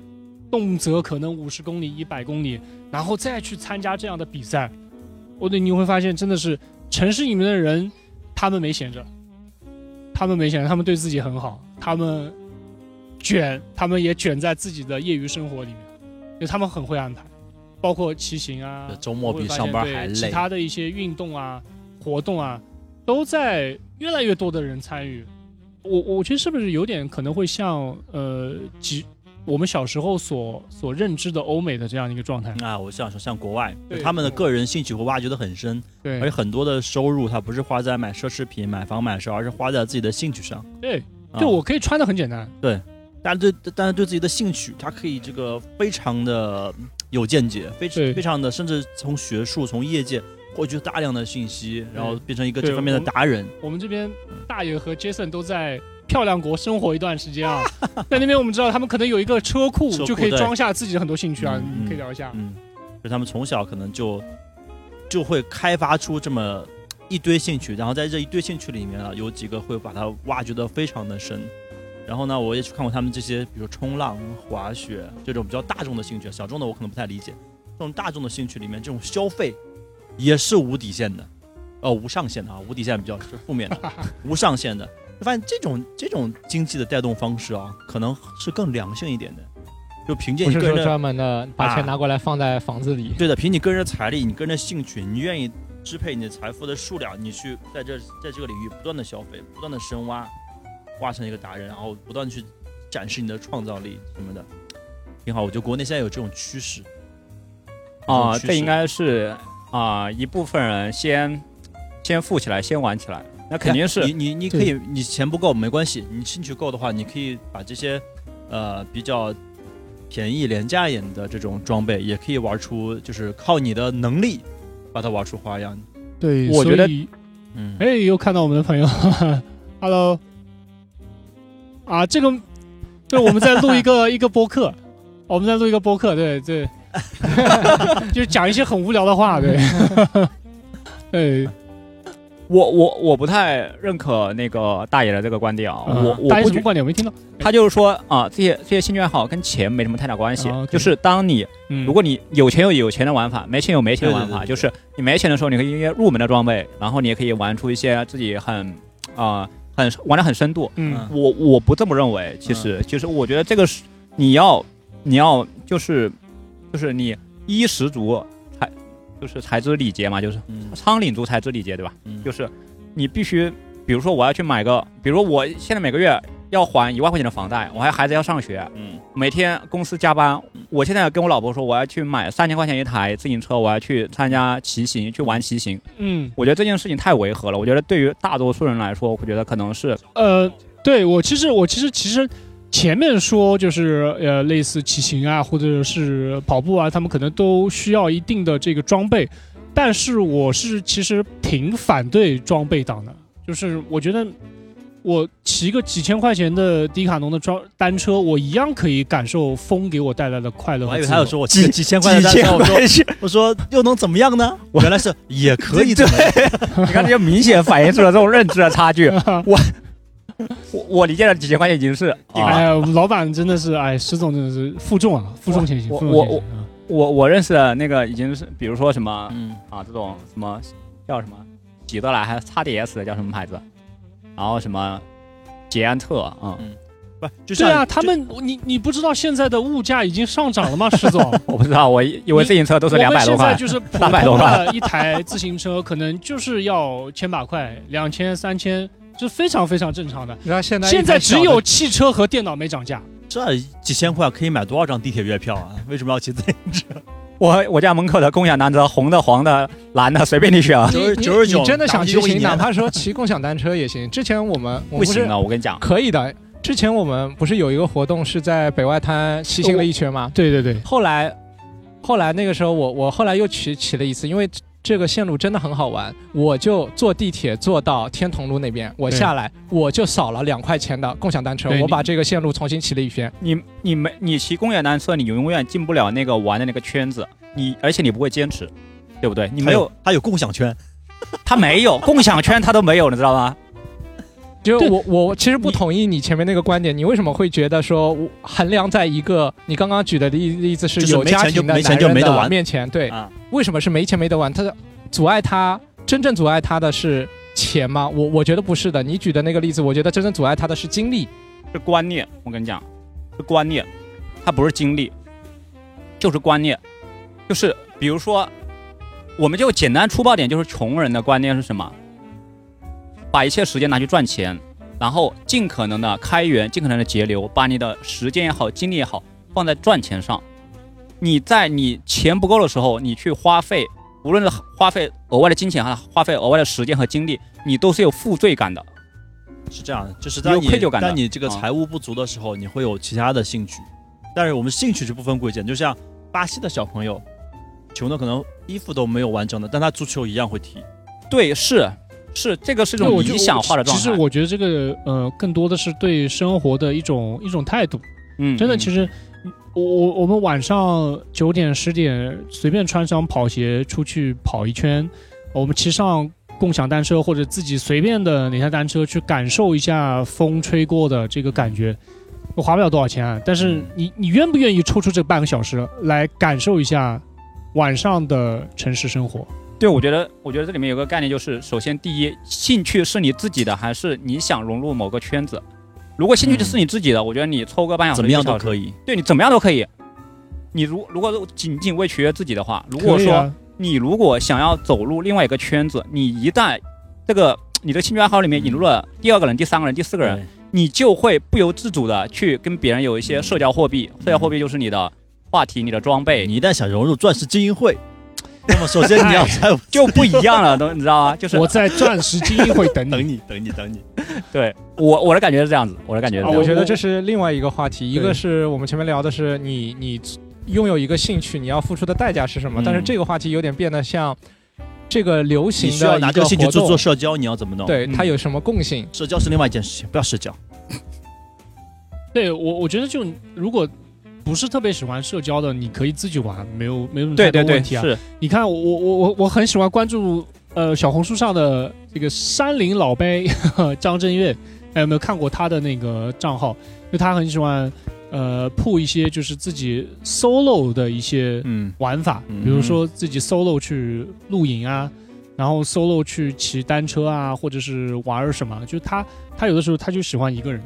Speaker 3: 动辄可能五十公里、一百公里，然后再去参加这样的比赛，我对你会发现真的是城市里面的人，他们没闲着。他们没闲着，他们对自己很好，他们卷，他们也卷在自己的业余生活里面，就他们很会安排，包括骑行啊
Speaker 1: 就，周末比
Speaker 3: 我会发
Speaker 1: 上班
Speaker 3: 现对
Speaker 1: 还累
Speaker 3: 其他的一些运动啊、活动啊，都在越来越多的人参与。我我觉得是不是有点可能会像呃几我们小时候所所认知的欧美的这样一个状态？
Speaker 1: 啊，我想说，像国外，
Speaker 3: 对嗯
Speaker 1: 他们的个人兴趣会挖掘的很深，而且
Speaker 3: 对
Speaker 1: 很多的收入，它不是花在买奢侈品、买房、买车，而是花在自己的兴趣上。
Speaker 3: 对，
Speaker 1: 啊
Speaker 3: 就我可以穿的很简单，
Speaker 1: 但对，但是对自己的兴趣，他可以这个非常的有见解，非
Speaker 3: 对
Speaker 1: 非常的，甚至从学术、从业界获取大量的信息，然后变成一个
Speaker 3: 对
Speaker 1: 这方面的
Speaker 3: 我
Speaker 1: 达人。
Speaker 3: 我们这边大爷和 Jason 都在漂亮国生活一段时间啊，在那边我们知道他们可能有一个车库，
Speaker 1: 车库
Speaker 3: 就可以
Speaker 1: 对
Speaker 3: 装下自己的很多兴趣啊，
Speaker 1: 嗯
Speaker 3: 你可以聊一下。
Speaker 1: 嗯，就他们从小可能就就会开发出这么一堆兴趣，然后在这一堆兴趣里面啊，有几个会把它挖掘的非常的深。然后呢，我也去看过他们这些，比如冲浪、滑雪这种比较大众的兴趣，啊小众的我可能不太理解。这种大众的兴趣里面，这种消费也是无底线的，呃，无上限的啊，无底线比较是负面 的，无上限的。就发现这种这种经济的带动方式啊，可能是更良性一点的，就凭借
Speaker 4: 不
Speaker 1: 你
Speaker 4: 是
Speaker 1: 个人
Speaker 4: 说
Speaker 1: 的
Speaker 4: 专门的把钱
Speaker 1: 啊
Speaker 4: 拿过来放在房子里，
Speaker 1: 对的，凭你个人的财力，你个人的兴趣，你愿意支配你的财富的数量，你去在这在这个领域不断的消费，不断的深挖，挖成一个达人，然后不断地去展示你的创造力什么的，挺好。我觉得国内现在有这种趋势
Speaker 2: 啊，
Speaker 1: 有趋势
Speaker 2: 这应该是啊一部分人先先富起来，先玩起来，那肯定
Speaker 1: 哎你
Speaker 2: 是
Speaker 1: 你你可以，你钱不够没关系，你兴趣够的话，你可以把这些呃比较便宜廉价一点的这种装备，也可以玩出，就是靠你的能力把它玩出花样。
Speaker 3: 对
Speaker 2: 我觉得
Speaker 1: 嗯，
Speaker 3: 哎，又看到我们的朋友，Hello，啊，这个，对，我们在录一个一个播客，我们在录一个播客，对 对，就讲一些很无聊的话，对， 对，
Speaker 2: 我我我不太认可那个大爷的这个观点啊，
Speaker 3: 啊
Speaker 2: 我我
Speaker 3: 嗯大家
Speaker 2: 不
Speaker 3: 什么
Speaker 2: 觉
Speaker 3: 观点？我没听到。
Speaker 2: 他就是说啊，这些这些兴趣爱好跟钱没什么太大关系
Speaker 3: 啊，，OK
Speaker 2: 就是当你
Speaker 3: 嗯
Speaker 2: 如果你有钱有有钱的玩法，没钱有没钱的玩法，
Speaker 1: 对对对
Speaker 2: 就是你没钱的时候，你可以用一些入门的装备，然后你也可以玩出一些自己很啊、很玩的很深度。
Speaker 3: 嗯
Speaker 1: 啊
Speaker 2: 我我不这么认为，其实、其实我觉得这个是你要你要就是就是你衣食足才就是才知礼节嘛，就是
Speaker 1: 嗯
Speaker 2: 仓廪足才知礼节，对吧？
Speaker 1: 嗯
Speaker 2: 就是你必须，比如说我要去买个，比如说我现在每个月要还一万块钱的房贷，我还孩子要上学，
Speaker 1: 嗯
Speaker 2: 每天公司加班，我现在跟我老婆说我要去买三千块钱一台自行车，我要去参加骑行，去玩骑行。
Speaker 3: 嗯
Speaker 2: 我觉得这件事情太违和了。我觉得对于大多数人来说，我觉得可能是
Speaker 3: 呃，对我其实我其实其实前面说就是呃类似骑行啊或者是跑步啊，他们可能都需要一定的这个装备，但是我是其实挺反对装备党的，就是我觉得。我骑个几千块钱的迪卡侬的装单车，我一样可以感受风给我带来的快乐
Speaker 1: 我
Speaker 3: 和
Speaker 1: 还以
Speaker 3: 自由。
Speaker 1: 为他有说我几几千块钱，
Speaker 2: 千
Speaker 1: 但是我
Speaker 2: 块
Speaker 1: 说
Speaker 2: 钱。
Speaker 1: 我说又能怎么样呢？原来是 也可以怎么样，
Speaker 2: 你看，这就明显反映出了这种认知的差 距。我我我理解的几千块钱已经是啊顶了
Speaker 3: 哎。呀，我们老板真的是，哎，石总真的是负重啊，负重前行，
Speaker 2: 我
Speaker 3: 负重
Speaker 2: 我
Speaker 3: 前行啊。
Speaker 2: 我我认识的那个已经是，比如说什么
Speaker 1: 嗯，
Speaker 2: 啊，这种什么叫什么喜德莱还是 XDS 的叫什么牌子，然后什么捷安特啊、嗯
Speaker 1: 不就
Speaker 3: 对
Speaker 1: 像
Speaker 3: 啊，他们你你不知道现在的物价已经上涨了吗，石总？
Speaker 2: 我不知道，我以为自行车都
Speaker 3: 我
Speaker 2: 是两
Speaker 3: 们
Speaker 2: 百多
Speaker 3: 现在
Speaker 2: 块，
Speaker 3: 就是 普通
Speaker 2: 300多块
Speaker 3: 的一台自行车，可能就是要千把块，两千、三千，这非常非常正常的。
Speaker 4: 然后现在
Speaker 3: 现在
Speaker 4: 一台
Speaker 3: 只
Speaker 4: 小的
Speaker 3: 有汽车和电脑没涨价。
Speaker 1: 这几千块可以买多少张地铁月票啊？为什么要骑自行
Speaker 2: 我我家门口的共享单车，红的、黄的、蓝的，随便你选。啊
Speaker 4: 你
Speaker 1: 99
Speaker 4: 你
Speaker 1: 99
Speaker 4: 你真的想骑
Speaker 1: 打一
Speaker 4: 行，
Speaker 1: 年
Speaker 4: 哪 怕说骑共享单车也行。之前我们
Speaker 2: 不
Speaker 4: 我们不
Speaker 2: 行
Speaker 4: 是
Speaker 2: 啊，我跟你讲，
Speaker 4: 可以的，之前我们不是有一个活动是在北外滩骑行了一圈吗？
Speaker 3: 对对对，
Speaker 4: 后来后来那个时候我我后来又骑骑了一次，因为这个线路真的很好玩，我就坐地铁坐到天潼路那边，我
Speaker 3: 对
Speaker 4: 下来我就少了两块钱的共享单车
Speaker 3: 对，你
Speaker 4: 我把这个线路重新骑了一圈。
Speaker 2: 你你没你骑共享单车，你永远进不了那个玩的那个圈子，你而且你不会坚持，对不对？你
Speaker 1: 车？
Speaker 2: 没有，，
Speaker 1: 还有共享圈，
Speaker 2: 他没有共享圈，他都没有，你知道吗？
Speaker 4: 就
Speaker 3: 对
Speaker 4: 我我其实不
Speaker 3: 你
Speaker 4: 同意你前面那个观点，你为什么会觉得说我衡量在一个你刚刚举的例例子是
Speaker 1: 就是
Speaker 4: 有
Speaker 1: 没钱
Speaker 4: 家
Speaker 1: 就
Speaker 4: 庭的
Speaker 1: 没钱
Speaker 4: 男
Speaker 1: 就
Speaker 4: 人
Speaker 1: 没得
Speaker 4: 的
Speaker 1: 玩
Speaker 4: 面前对
Speaker 1: 啊？
Speaker 4: 为什么是没钱没得玩？他的阻碍他真正阻碍他的是钱吗？我我觉得不是的。你举的那个例子，我觉得真正阻碍他的是精力。
Speaker 2: 是观念，我跟你讲，是观念，它不是经历，就是观念，就是比如说，我们就简单粗暴点，就是穷人的观念是什么？把一切时间拿去赚钱，然后尽可能的开源，尽可能的节流，把你的时间也好，精力也好，放在赚钱上。你在你钱不够的时候，你去花费，无论是花费额外的金钱，还是花费额外的时间和精力，你都是有负罪感的。
Speaker 1: 是这样的，就是
Speaker 2: 有
Speaker 1: 当你
Speaker 2: 愧疚感的
Speaker 1: 当你这个
Speaker 2: 啊
Speaker 1: 财务不足的时候，你会有其他的兴趣，但是我们兴趣是不分贵贱，就像巴西的小朋友，穷的可能衣服都没有完整的，但他足球一样会踢。
Speaker 2: 对，是是，这个是一
Speaker 3: 对
Speaker 2: 种
Speaker 3: 我就
Speaker 2: 理想化的状态。
Speaker 3: 其实我觉得这个呃，更多的是对生活的一种一种态度。
Speaker 2: 嗯，
Speaker 3: 真的，
Speaker 2: 嗯
Speaker 3: 其实我我我们晚上九点十点随便穿上跑鞋出去跑一圈，我们骑上共享单车或者自己随便的哪台单车去感受一下风吹过的这个感觉，我花不了多少钱啊。但是
Speaker 2: 嗯
Speaker 3: 你你愿不愿意抽出这半个小时来感受一下晚上的城市生活？
Speaker 2: 对我觉得，我觉得这里面有个概念，就是首先第一，兴趣是你自己的，还是你想融入某个圈子？如果兴趣
Speaker 3: 嗯
Speaker 2: 是你自己的，我觉得你抽个半小时
Speaker 1: 怎么样都
Speaker 2: 以，
Speaker 1: 可以。
Speaker 2: 对你怎么样都可以。你如如果仅仅为取悦自己的话，如果
Speaker 3: 可以
Speaker 2: 说、
Speaker 3: 啊
Speaker 2: 你如果想要走入另外一个圈子，你一旦这个你的兴趣爱好里面引入了第二个人、第三个人、第四个人，你就会不由自主的去跟别人有一些社交货币。社交货币就是你的话题、你的装备
Speaker 1: 对，你一旦想融入钻石精英会， 那么首先你要财务
Speaker 2: 就不一样了，都你知道吗？就是
Speaker 3: 我在钻石精英会等 你。
Speaker 1: 等你等你等你，
Speaker 2: 对我我的感觉是这样子，我的感觉是
Speaker 3: 啊
Speaker 2: 这样
Speaker 3: 我
Speaker 2: 子
Speaker 4: 我觉得这是另外一个话题，一
Speaker 3: 对
Speaker 4: 个是我们前面聊的是你你拥有一个兴趣，你要付出的代价是什么？
Speaker 1: 嗯
Speaker 4: 但是这个话题有点变得像这个流行
Speaker 1: 你
Speaker 4: 的
Speaker 1: 需要
Speaker 4: 一
Speaker 1: 拿这个兴趣
Speaker 4: 活
Speaker 1: 做
Speaker 4: 动
Speaker 1: 做社交，你要怎么弄？，
Speaker 4: 对它
Speaker 3: 嗯
Speaker 4: 有什么共性？
Speaker 1: 社交是另外一件事情，不要社交。
Speaker 3: 对我，我觉得就如果不是特别喜欢社交的，你可以自己玩，没有没有什么
Speaker 2: 对
Speaker 3: 太
Speaker 2: 对
Speaker 3: 多
Speaker 2: 对
Speaker 3: 问题啊。
Speaker 2: 是，
Speaker 3: 你看我我我我很喜欢关注呃小红书上的 这个山林老杯张震岳，哎有没有看过他的那个账号？就他很喜欢呃铺一些就是自己 solo 的一些
Speaker 1: 嗯
Speaker 3: 玩法，
Speaker 1: 嗯
Speaker 3: 比如说自己 solo 去露营啊，然后 solo 去骑单车啊，或者是玩儿什么，就他他有的时候他就喜欢一个人，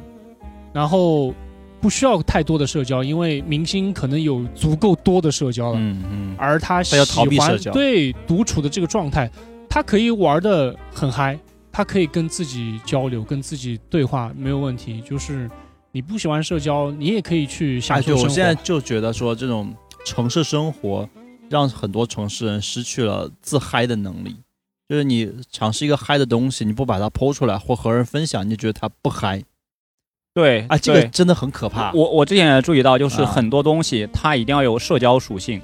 Speaker 3: 然后不需要太多的社交，因为明星可能有足够多的社交了，
Speaker 1: 嗯嗯，
Speaker 3: 而他喜
Speaker 1: 他要逃避社
Speaker 3: 欢
Speaker 1: 交
Speaker 3: 对独处的这个状态，他可以玩的很嗨，他可以跟自己交流、跟自己对话，没有问题。就是你不喜欢社交，你也可以去享
Speaker 1: 哎，对，
Speaker 3: 受生
Speaker 1: 我现在
Speaker 3: 活。
Speaker 1: 就觉得说这种城市生活让很多城市人失去了自嗨的能力，就是你尝试一个嗨的东西，你不把它剖出来或和人分享，你就觉得它不嗨
Speaker 2: 对
Speaker 1: 啊，这
Speaker 2: 对
Speaker 1: 个真的很可怕。
Speaker 2: 我我之前也注意到，就是
Speaker 1: 啊
Speaker 2: 很多东西它一定要有社交属性。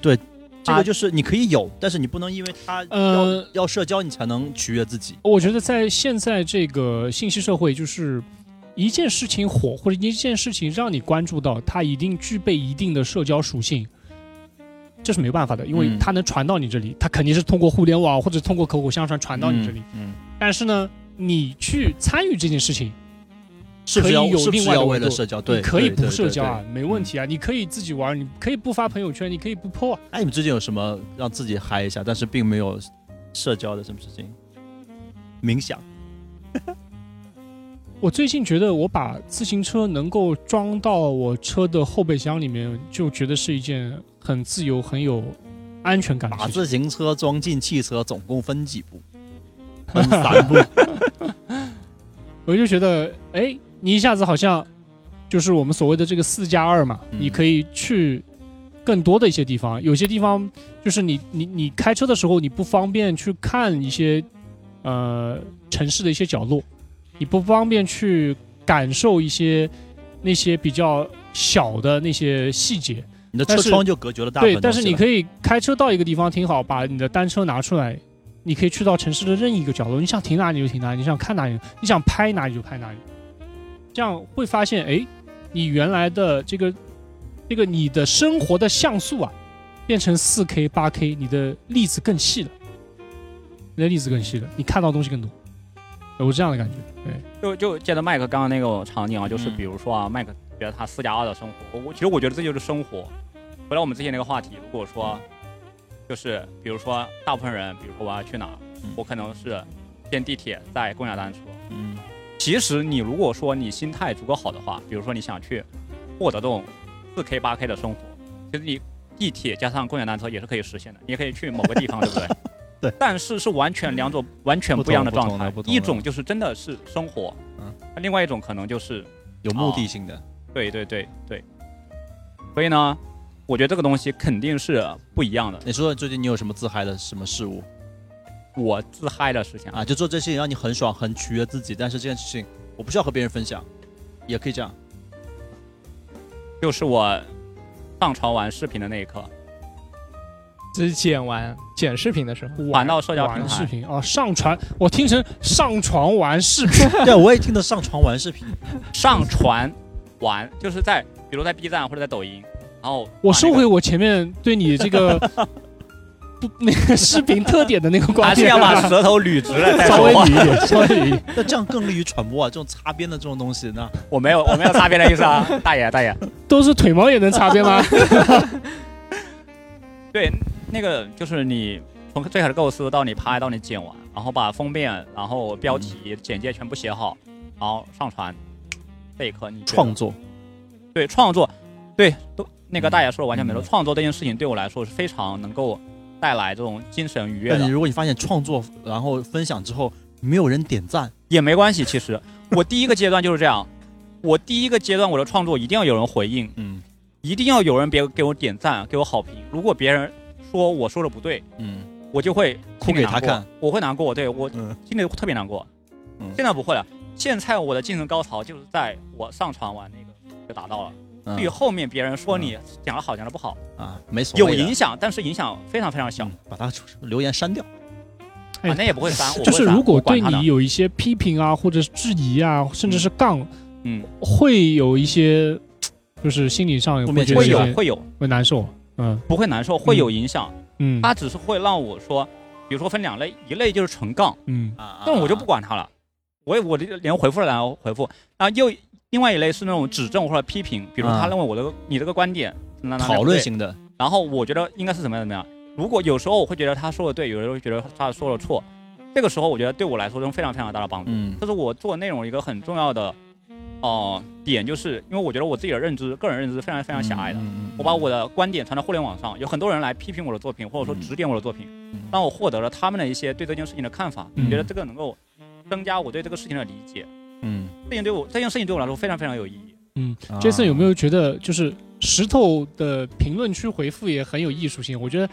Speaker 1: 这个就是你可以有，但是你不能因为它要、
Speaker 3: 啊呃，
Speaker 1: 要社交你才能取悦自己。
Speaker 3: 我觉得在现在这个信息社会，就是一件事情火或者一件事情让你关注到，它一定具备一定的社交属性。这是没办法的，因为
Speaker 1: 嗯
Speaker 3: 它能传到你这里，它肯定是通过互联网或者通过口口相传传到你这里。
Speaker 1: 嗯，嗯，
Speaker 3: 但是呢，你去参与这件事情，
Speaker 1: 是不是要
Speaker 3: 可以有
Speaker 1: 是不
Speaker 3: 另
Speaker 1: 是
Speaker 3: 外的
Speaker 1: 要
Speaker 3: 维
Speaker 1: 为了
Speaker 3: 度
Speaker 1: 社交？
Speaker 3: 你
Speaker 1: 对，
Speaker 3: 可以
Speaker 1: 对
Speaker 3: 不社交。
Speaker 1: 对对嗯
Speaker 3: 啊
Speaker 1: 对，
Speaker 3: 没问题啊，你可以自己玩，你可以不发朋友圈，你可以不 PO 啊。
Speaker 1: 哎，你们最近有什么让自己嗨一下，但是并没有社交的什么事情？冥想，
Speaker 3: 我最近觉得我把自行车能够装到我车的后备箱里面，就觉得是一件很自由、很有安全感的
Speaker 1: 把
Speaker 3: 事情。
Speaker 1: 自行车装进汽车，总共分几 步？分三步。
Speaker 3: 我就觉得，哎，你一下子好像就是我们所谓的这个四加二嘛，
Speaker 1: 嗯
Speaker 3: 你可以去更多的一些地方，有些地方就是你你你开车的时候你不方便去看一些呃城市的一些角落，你不方便去感受一些那些比较小的那些细节，
Speaker 1: 你的
Speaker 3: 但
Speaker 1: 车
Speaker 3: 是
Speaker 1: 窗就隔绝了大部
Speaker 3: 对，
Speaker 1: 分
Speaker 3: 但
Speaker 1: 东西了。
Speaker 3: 是你可以开车到一个地方停好，把你的单车拿出来，你可以去到城市的任意一个角落，你想停哪里就停哪里，你想看哪里，你想拍哪里就拍哪里，这样会发现，哎，你原来的这个这个你的生活的像素啊，变成四 K、八 K，你的粒子更细了，你的粒子更细了，你看到的东西更多，有这样的感觉，对。
Speaker 2: 就就借着麦克刚刚那个场景啊，就是
Speaker 1: 嗯
Speaker 2: 比如说啊，麦克觉得他四加二的生活，我我其实我觉得这就是生活。回到我们之前那个话题，如果说就是比如说大部分人，比如说我要去哪儿
Speaker 1: 嗯，
Speaker 2: 我可能是先地铁，再共享单车。
Speaker 1: 嗯，
Speaker 2: 其实你如果说你心态足够好的话，比如说你想去获得这种四 K 八 K 的生活，其实你地铁加上共享单车也是可以实现的，你也可以去某个地方，对不对？
Speaker 1: 对。
Speaker 2: 但是是完全两种完全
Speaker 1: 不
Speaker 2: 不一样的
Speaker 1: 同不
Speaker 2: 状
Speaker 1: 同
Speaker 2: 态
Speaker 1: 的不，同
Speaker 2: 一
Speaker 1: 的
Speaker 2: 种就是真的是生活，
Speaker 1: 嗯，
Speaker 2: 另外一种可能就是
Speaker 1: 有目的性
Speaker 3: 哦
Speaker 1: 的。
Speaker 2: 对对对对。所以呢，我觉得这个东西肯定是不一样的。
Speaker 1: 你说最近你有什么自嗨的什么事物
Speaker 2: 我自嗨的事情啊，
Speaker 1: 啊？就做这些事情让你很爽，很取悦自己，但是这件事情我不需要和别人分享，也可以这 样。
Speaker 2: 就是我上传完视频的那一刻，
Speaker 4: 只剪完剪视频的时候，
Speaker 2: 传到社交平
Speaker 3: 玩视
Speaker 2: 台，
Speaker 3: 频哦，上传我听成上床玩视频，
Speaker 1: 对，啊我也听得上床玩视频。
Speaker 2: 上传完，就是在比如在 B 站或者在抖音，然后
Speaker 3: 我
Speaker 2: 把那
Speaker 3: 收
Speaker 2: 个
Speaker 3: 回我前面对你这 个不那个视频特点的那个观
Speaker 2: 还是
Speaker 3: 点
Speaker 2: 要，把舌头捋直了再
Speaker 3: 稍微
Speaker 2: 说话
Speaker 3: 理。一点，稍微理一点。
Speaker 1: 那这样更利于传播啊，这种擦边的这种东西呢，
Speaker 2: 我没有，我没有擦边的意思啊，大爷大爷。
Speaker 3: 都是腿毛也能擦边吗？
Speaker 2: 对，那个就是你从最开始构思到你拍到你剪完，然后把封面、然后标题、简介全部写好，然后上传，这一刻你觉得
Speaker 1: 创作
Speaker 2: 对创作，对都那个
Speaker 1: 嗯
Speaker 2: 大爷说的完全没错，
Speaker 1: 嗯
Speaker 2: 创作这件事情对我来说是非常能够带来这种精神愉悦
Speaker 1: 但你
Speaker 2: 的，
Speaker 1: 如果你发现创作然后分享之后没有人点赞，
Speaker 2: 也没关系。其实我第一个阶段就是这样，我第一个阶段我的创作一定要有人回应，
Speaker 1: 嗯
Speaker 2: 一定要有人别给我点赞，给我好评。如果别人说我说的不对，
Speaker 1: 嗯，
Speaker 2: 我就会
Speaker 1: 哭
Speaker 2: 心里
Speaker 1: 给他
Speaker 2: 难过
Speaker 1: 看，
Speaker 2: 我会难过，对我
Speaker 1: 嗯
Speaker 2: 心里特别难过。
Speaker 1: 嗯
Speaker 2: 现在不会了，现在我的精神高潮就是在我上传完那个就达到了。
Speaker 1: 嗯
Speaker 2: 至于后面别人说你讲的好，讲的不好，
Speaker 1: 啊，没所
Speaker 2: 有
Speaker 1: 谓的
Speaker 2: 影响，但是影响非常非常小，啊
Speaker 1: 嗯把他留言删掉。嗯
Speaker 3: 哎
Speaker 2: 反正也不会删。 我不会
Speaker 3: 就是
Speaker 2: 删
Speaker 3: 如果
Speaker 2: 我管
Speaker 3: 对
Speaker 2: 他的
Speaker 3: 你有一些批评啊，或者是质疑啊，甚至是杠，
Speaker 2: 嗯，
Speaker 3: 会有一些，就是心理上
Speaker 1: 负面
Speaker 3: 会觉
Speaker 1: 情
Speaker 3: 得
Speaker 2: 会
Speaker 1: 绪
Speaker 3: 有
Speaker 2: 有
Speaker 3: 些
Speaker 2: 会有，
Speaker 3: 会难受，嗯
Speaker 2: 不会难受，会有影响。
Speaker 3: 嗯
Speaker 2: 他只是会让我说，比如说分两类，一类就是纯杠，
Speaker 3: 嗯，
Speaker 1: 啊，
Speaker 2: 但我就不管他了，我也我连回复都懒得回复。然后又另外一类是那种指正或者批评，比如说他
Speaker 1: 啊
Speaker 2: 认为我的、你这个观点那那那
Speaker 1: 讨
Speaker 2: 不
Speaker 1: 论
Speaker 2: 对
Speaker 1: 型的，
Speaker 2: 然后我觉得应该是怎么样怎么样。如果有时候我会觉得他说的对，有时候觉得他说的错，这个时候我觉得对我来说是非常非常大的帮助。
Speaker 1: 嗯
Speaker 2: 这是我做内容一个很重要的哦、呃点，就是因为我觉得我自己的认知，个人认知是非常非常狭隘的。
Speaker 1: 嗯嗯
Speaker 2: 我把我的观点传到互联网上，有很多人来批评我的作品，或者说
Speaker 1: 嗯
Speaker 2: 指点我的作品
Speaker 1: 嗯，
Speaker 2: 让我获得了他们的一些对这件事情的看法。
Speaker 3: 嗯
Speaker 2: 我觉得这个能够增加我对这个事情的理解，
Speaker 1: 嗯，
Speaker 2: 这件对我这件事情对我来说非常非常有意义。
Speaker 1: 啊
Speaker 3: 杰森有没有觉得，就是石头的评论区回复也很有艺术性？我觉得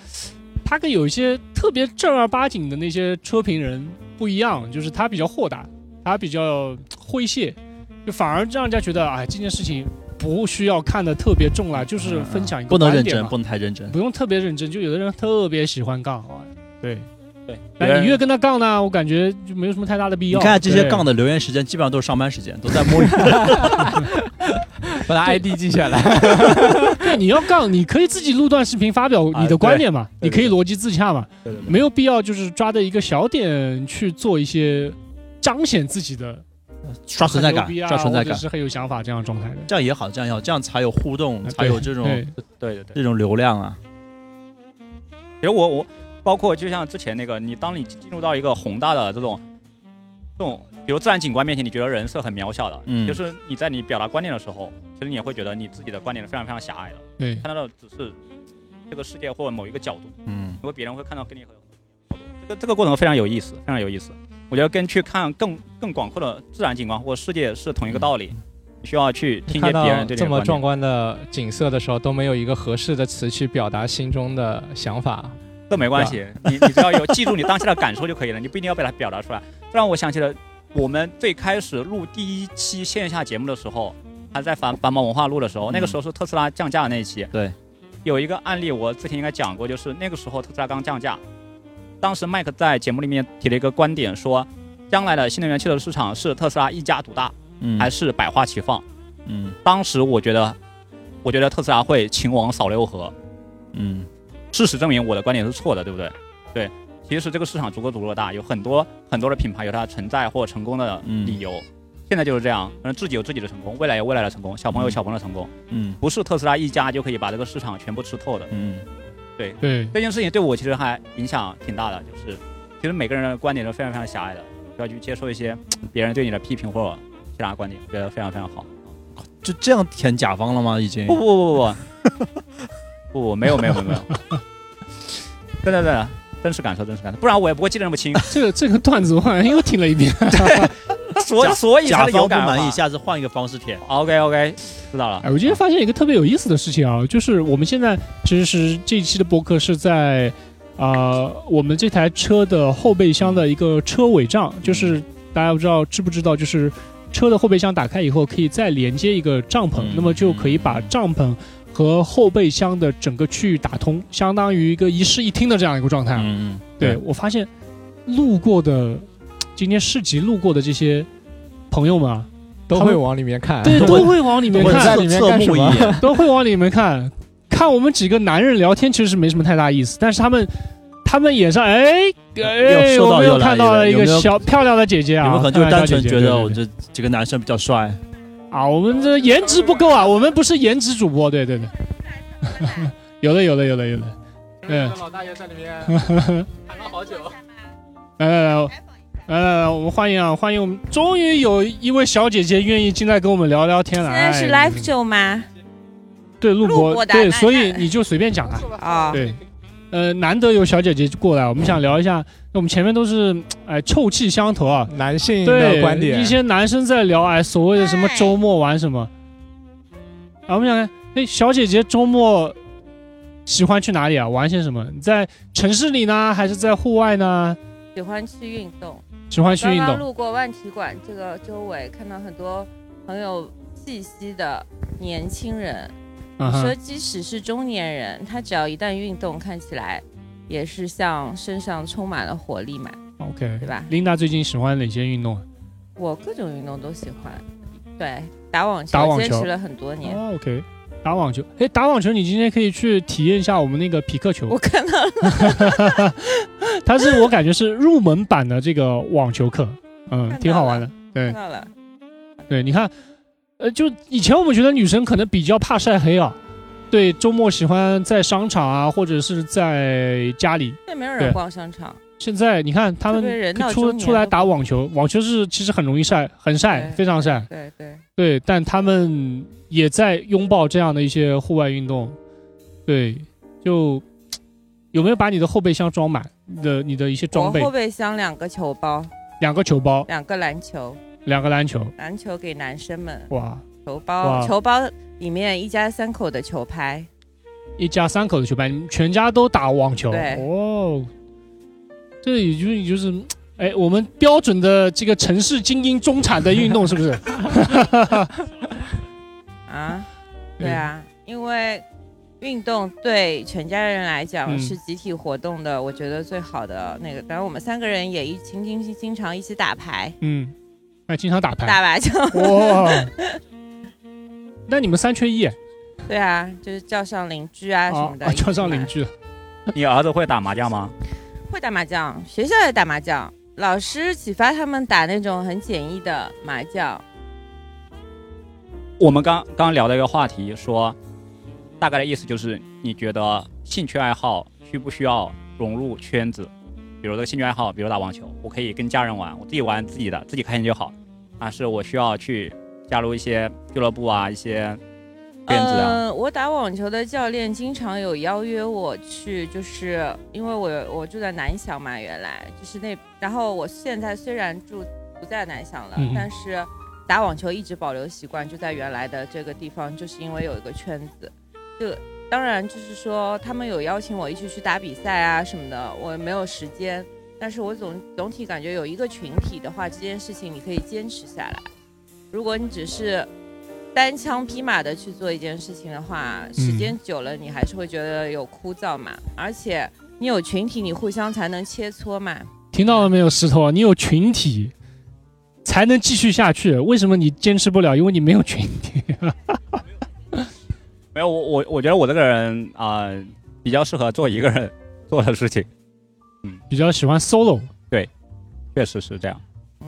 Speaker 3: 他跟有一些特别正儿八经的那些车评人不一样，就是他比较豁达，他比较诙谐，就反而让人家觉得，哎，这件事情不需要看得特别重啦，
Speaker 1: 嗯
Speaker 3: 就是分享一个
Speaker 1: 不能
Speaker 3: 观
Speaker 1: 认
Speaker 3: 点
Speaker 1: 真，
Speaker 3: 嘛
Speaker 1: 不能太认真。
Speaker 3: 不用特别认真。就有的人特别喜欢杠，哎对，
Speaker 2: 对，
Speaker 3: 但你越跟他杠呢，我感觉就没有什么太大的必
Speaker 1: 你
Speaker 3: 要。
Speaker 1: 看这些
Speaker 3: 对
Speaker 1: 杠的留言时间，基本上都是上班时间，都在 摸鱼。
Speaker 3: 哎
Speaker 4: 把他 ID 记下来。
Speaker 3: 对，你要杠，你可以自己录段视频发表你的观点
Speaker 1: 哎
Speaker 3: 嘛，你可以逻辑自洽嘛，没有必要就是抓着一个小点去做一些彰显自己的
Speaker 1: 刷存在感
Speaker 3: 很牛逼，啊
Speaker 1: 刷存在
Speaker 3: 或
Speaker 1: 感
Speaker 3: 者，是很有想法这样的状态的。
Speaker 1: 这样也好，这样也好，这样才有互动，才
Speaker 3: 对
Speaker 1: 有这种
Speaker 3: 对
Speaker 2: 啊对对对。
Speaker 1: 这种流量啊。
Speaker 2: 其实我我包括就像之前那个，你当你进入到一个宏大的这种这种，比如自然景观面前，你觉得人是很渺小的，
Speaker 1: 嗯
Speaker 2: 就是你在你表达观点的时候，其实你也会觉得你自己的观点是非常非常狭隘的，
Speaker 3: 对
Speaker 2: 看到的只是这个世界或者某一个角度，
Speaker 1: 嗯
Speaker 2: 因为别人会看到跟你很这个这个过程非常有意思，非常有意思。我觉得跟去看更更广阔的自然景观或世界是同一个道理，你需要去听
Speaker 4: 嗯
Speaker 2: 见
Speaker 4: 看到
Speaker 2: 别人对
Speaker 4: 这
Speaker 2: 个
Speaker 4: 么
Speaker 2: 观
Speaker 4: 壮
Speaker 2: 点。
Speaker 4: 观的景色的时候，都没有一个合适的词去表达心中的想法。
Speaker 2: 这没关系，你你只要有记住你当下的感受就可以了，你不一定要被它表达出来。这让我想起了我们最开始录第一期线下节目的时候，还在繁繁忙文化路的时候，那个时候是特斯拉降价的那一期。
Speaker 1: 嗯对，
Speaker 2: 有一个案例我之前应该讲过，就是那个时候特斯拉刚降价，当时麦克在节目里面提了一个观点说。将来的新能源汽车市场是特斯拉一家独大，
Speaker 1: 嗯，
Speaker 2: 还是百花齐放？
Speaker 1: 嗯
Speaker 2: 当时我觉得，我觉得特斯拉会秦王扫六合，
Speaker 1: 嗯
Speaker 2: 事实证明我的观点是错的，对不对？对，其实这个市场足够足够大，有很多很多的品牌有它存在或成功的理由。现在就是这样，嗯，自己有自己的成功，未来有未来的成功，小朋友有小朋友的成功，
Speaker 1: 嗯
Speaker 2: 不是特斯拉一家就可以把这个市场全部吃透的。
Speaker 1: 嗯
Speaker 3: 对，
Speaker 2: 这件事情对我其实还影响挺大的，就是其实每个人的观点都非常非常狭隘的，不要去接受一些别人对你的批评或者其他观点，我觉得非常非常好。
Speaker 1: 就这样舔甲方了吗？已经
Speaker 2: 不不不不不不不，没有没有没有没有， 真的真的真实感受真实感受，不然我也不会记得那么清。
Speaker 3: 这个这个段子我好像又听了一遍。
Speaker 2: 所
Speaker 1: 甲
Speaker 2: 所以才
Speaker 1: 甲
Speaker 2: 是
Speaker 1: 方
Speaker 2: 有
Speaker 1: 不
Speaker 2: 感而
Speaker 1: 满意，
Speaker 2: 发。
Speaker 1: 下次换一个方式舔。
Speaker 2: OK OK，知道了。
Speaker 3: 哎，我今天发现一个特别有意思的事情啊，就是我们现在其实是这一期的播客是在啊我们这台车的后备箱的一个车尾帐，就是大家不知道知不知道，就是车的后备箱打开以后可以再连接一个帐篷
Speaker 1: 嗯，
Speaker 3: 那么就可以把帐篷和后备箱的整个区域打通，相当于一个一室一厅的这样一个状态啊。
Speaker 1: 嗯，嗯
Speaker 3: 对，我发现路过的今天市集路过的这些朋友们啊，
Speaker 4: 都
Speaker 3: 他们
Speaker 4: 会往里面看，
Speaker 3: 对，
Speaker 1: 都
Speaker 3: 都会往里面
Speaker 1: 我
Speaker 4: 你
Speaker 3: 看，
Speaker 4: 在里面
Speaker 1: 侧
Speaker 4: 干什
Speaker 1: 目一
Speaker 4: 么
Speaker 1: 眼，
Speaker 3: 都会往里面看。看我们几个男人聊天，其实是没什么太大意思，但是他们，他们眼上，哎哎，
Speaker 1: 又收到
Speaker 3: 我们
Speaker 1: 又
Speaker 3: 又
Speaker 1: 来
Speaker 3: 看到了一
Speaker 1: 有
Speaker 3: 个
Speaker 1: 没有
Speaker 3: 小漂亮的姐姐
Speaker 1: 你
Speaker 3: 啊，
Speaker 1: 们可能就
Speaker 3: 漂亮
Speaker 1: 单
Speaker 3: 的
Speaker 1: 纯
Speaker 3: 姐姐
Speaker 1: 觉
Speaker 3: 对
Speaker 1: 得
Speaker 3: 对
Speaker 1: 我
Speaker 3: 对
Speaker 1: 这几个男生比较帅，
Speaker 3: 啊，我们这颜值不够啊，我们不是颜值主播，对对 对，有的有的有的有的，对，
Speaker 4: 老大爷在里面 喊了好久。
Speaker 3: 来来来，我来来来，我们欢迎啊，欢迎我们，终于有一位小姐姐愿意进来跟我们聊聊天了，
Speaker 5: 现在是
Speaker 3: 哎
Speaker 5: live show 吗？
Speaker 3: 对录
Speaker 5: 录播的
Speaker 3: 对，
Speaker 5: 那
Speaker 3: 所以
Speaker 5: 那
Speaker 3: 你就随便讲啊。
Speaker 5: 啊，
Speaker 3: 对，呃，难得有小姐姐过来，我们想聊一
Speaker 4: 嗯
Speaker 3: 下。那我们前面都是哎臭气相投啊，
Speaker 4: 男性的
Speaker 3: 对，
Speaker 4: 嗯观点，
Speaker 3: 一些男生在聊哎所谓的什么周末玩什么，啊，我们想看哎小姐姐周末喜欢去哪里啊，玩些什么？你在城市里呢，还是在户外呢？
Speaker 5: 喜欢去运动。
Speaker 3: 喜欢去运
Speaker 5: 刚刚
Speaker 3: 动，
Speaker 5: 路过万体馆这个周围，看到很多很有气息的年轻人。
Speaker 3: 嗯
Speaker 5: 说
Speaker 3: 哼，
Speaker 5: 即使是中年人，他只要一旦运动，看起来也是像身上充满了活力嘛，
Speaker 3: ，OK
Speaker 5: 对。吧？
Speaker 3: 琳达最近喜欢哪些运动啊？
Speaker 5: 我各种运动都喜欢，对，打网球
Speaker 3: 打网球
Speaker 5: 坚持了很多年。
Speaker 3: 哦，OK，打网球。哎，打网球，你今天可以去体验一下我们那个皮克球。
Speaker 5: 我看到了，
Speaker 3: 它是我感觉是入门版的这个网球课，嗯，挺好玩的。对
Speaker 5: 看到了，
Speaker 3: 对，你看，呃，就以前我们觉得女生可能比较怕晒黑啊，对，周末喜欢在商场啊，或者是在家里。
Speaker 5: 现在没有
Speaker 3: 对
Speaker 5: 人逛商场，
Speaker 3: 现在你看他
Speaker 5: 特别人
Speaker 3: 们
Speaker 5: 到
Speaker 3: 出
Speaker 5: 中年
Speaker 3: 出来
Speaker 5: 都
Speaker 3: 打网球，网球是其实很容易晒，很晒，
Speaker 5: 对
Speaker 3: 非常晒。
Speaker 5: 对对，
Speaker 3: 对，但他们也在拥抱这样的一些户外运动。对，就有没有把你的后备箱装满你的你的一些装
Speaker 5: 我
Speaker 3: 备
Speaker 5: 后？备箱两个球包，
Speaker 3: 两个球包，
Speaker 5: 两个篮球，
Speaker 3: 两个篮球，
Speaker 5: 篮球给男生们，
Speaker 3: 哇，
Speaker 5: 球
Speaker 3: 哇
Speaker 5: 包球包里面一家三口的球拍，
Speaker 3: 一家三口的球拍，你们全家都打网球，
Speaker 5: 对
Speaker 3: 哦，这也就也就是，哎，我们标准的这个城市精英中产的运动是不是？
Speaker 5: 啊，
Speaker 3: 嗯
Speaker 5: 对啊，因为运动对全家人来讲
Speaker 3: 嗯
Speaker 5: 是集体活动的，我觉得最好的那个。当然，我们三个人也一经经经常一起打牌、
Speaker 3: 嗯，嗯，哎，经常打牌，
Speaker 5: 打麻将。
Speaker 3: 哇，那你们三缺 一，哎
Speaker 5: 对啊，就是叫上邻居啊什
Speaker 3: 啊
Speaker 5: 么的。
Speaker 3: 啊，
Speaker 5: 一起
Speaker 3: 叫上
Speaker 5: 玩
Speaker 3: 邻居，
Speaker 2: 你儿子会打麻将吗？
Speaker 5: 会打麻将，学校也打麻将，老师启发他们打那种很简易的麻将。
Speaker 2: 我们刚刚聊的一个话题说，大概的意思就是，你觉得兴趣爱好需不需要融入圈子？比如这个兴趣爱好，比如打网球，我可以跟家人玩，我自己玩自己的，自己开心就好。但是我需要去加入一些俱乐部啊，一些圈子啊。
Speaker 5: 呃，我打网球的教练经常有邀约我去，就是因为我我住在南翔嘛，原来就是那，然后我现在虽然住不在南翔了，
Speaker 3: 嗯嗯
Speaker 5: 但是打网球一直保留习惯，就在原来的这个地方，就是因为有一个圈子。这当然就是说他们有邀请我一起去打比赛啊什么的，我没有时间，但是我总总体感觉有一个群体的话，这件事情你可以坚持下来。如果你只是单枪匹马的去做一件事情的话，时间久了你还是会觉得有枯燥嘛。而且你有群体，你互相才能切磋嘛。
Speaker 3: 听到了没有，石头？啊你有群体。才能继续下去。为什么你坚持不了？因为你没有群体。
Speaker 2: 没有，我我我觉得我这个人啊、比较适合做一个人 做的事情，
Speaker 3: 比较喜欢 solo。
Speaker 2: 确实是这样。
Speaker 5: 嗯，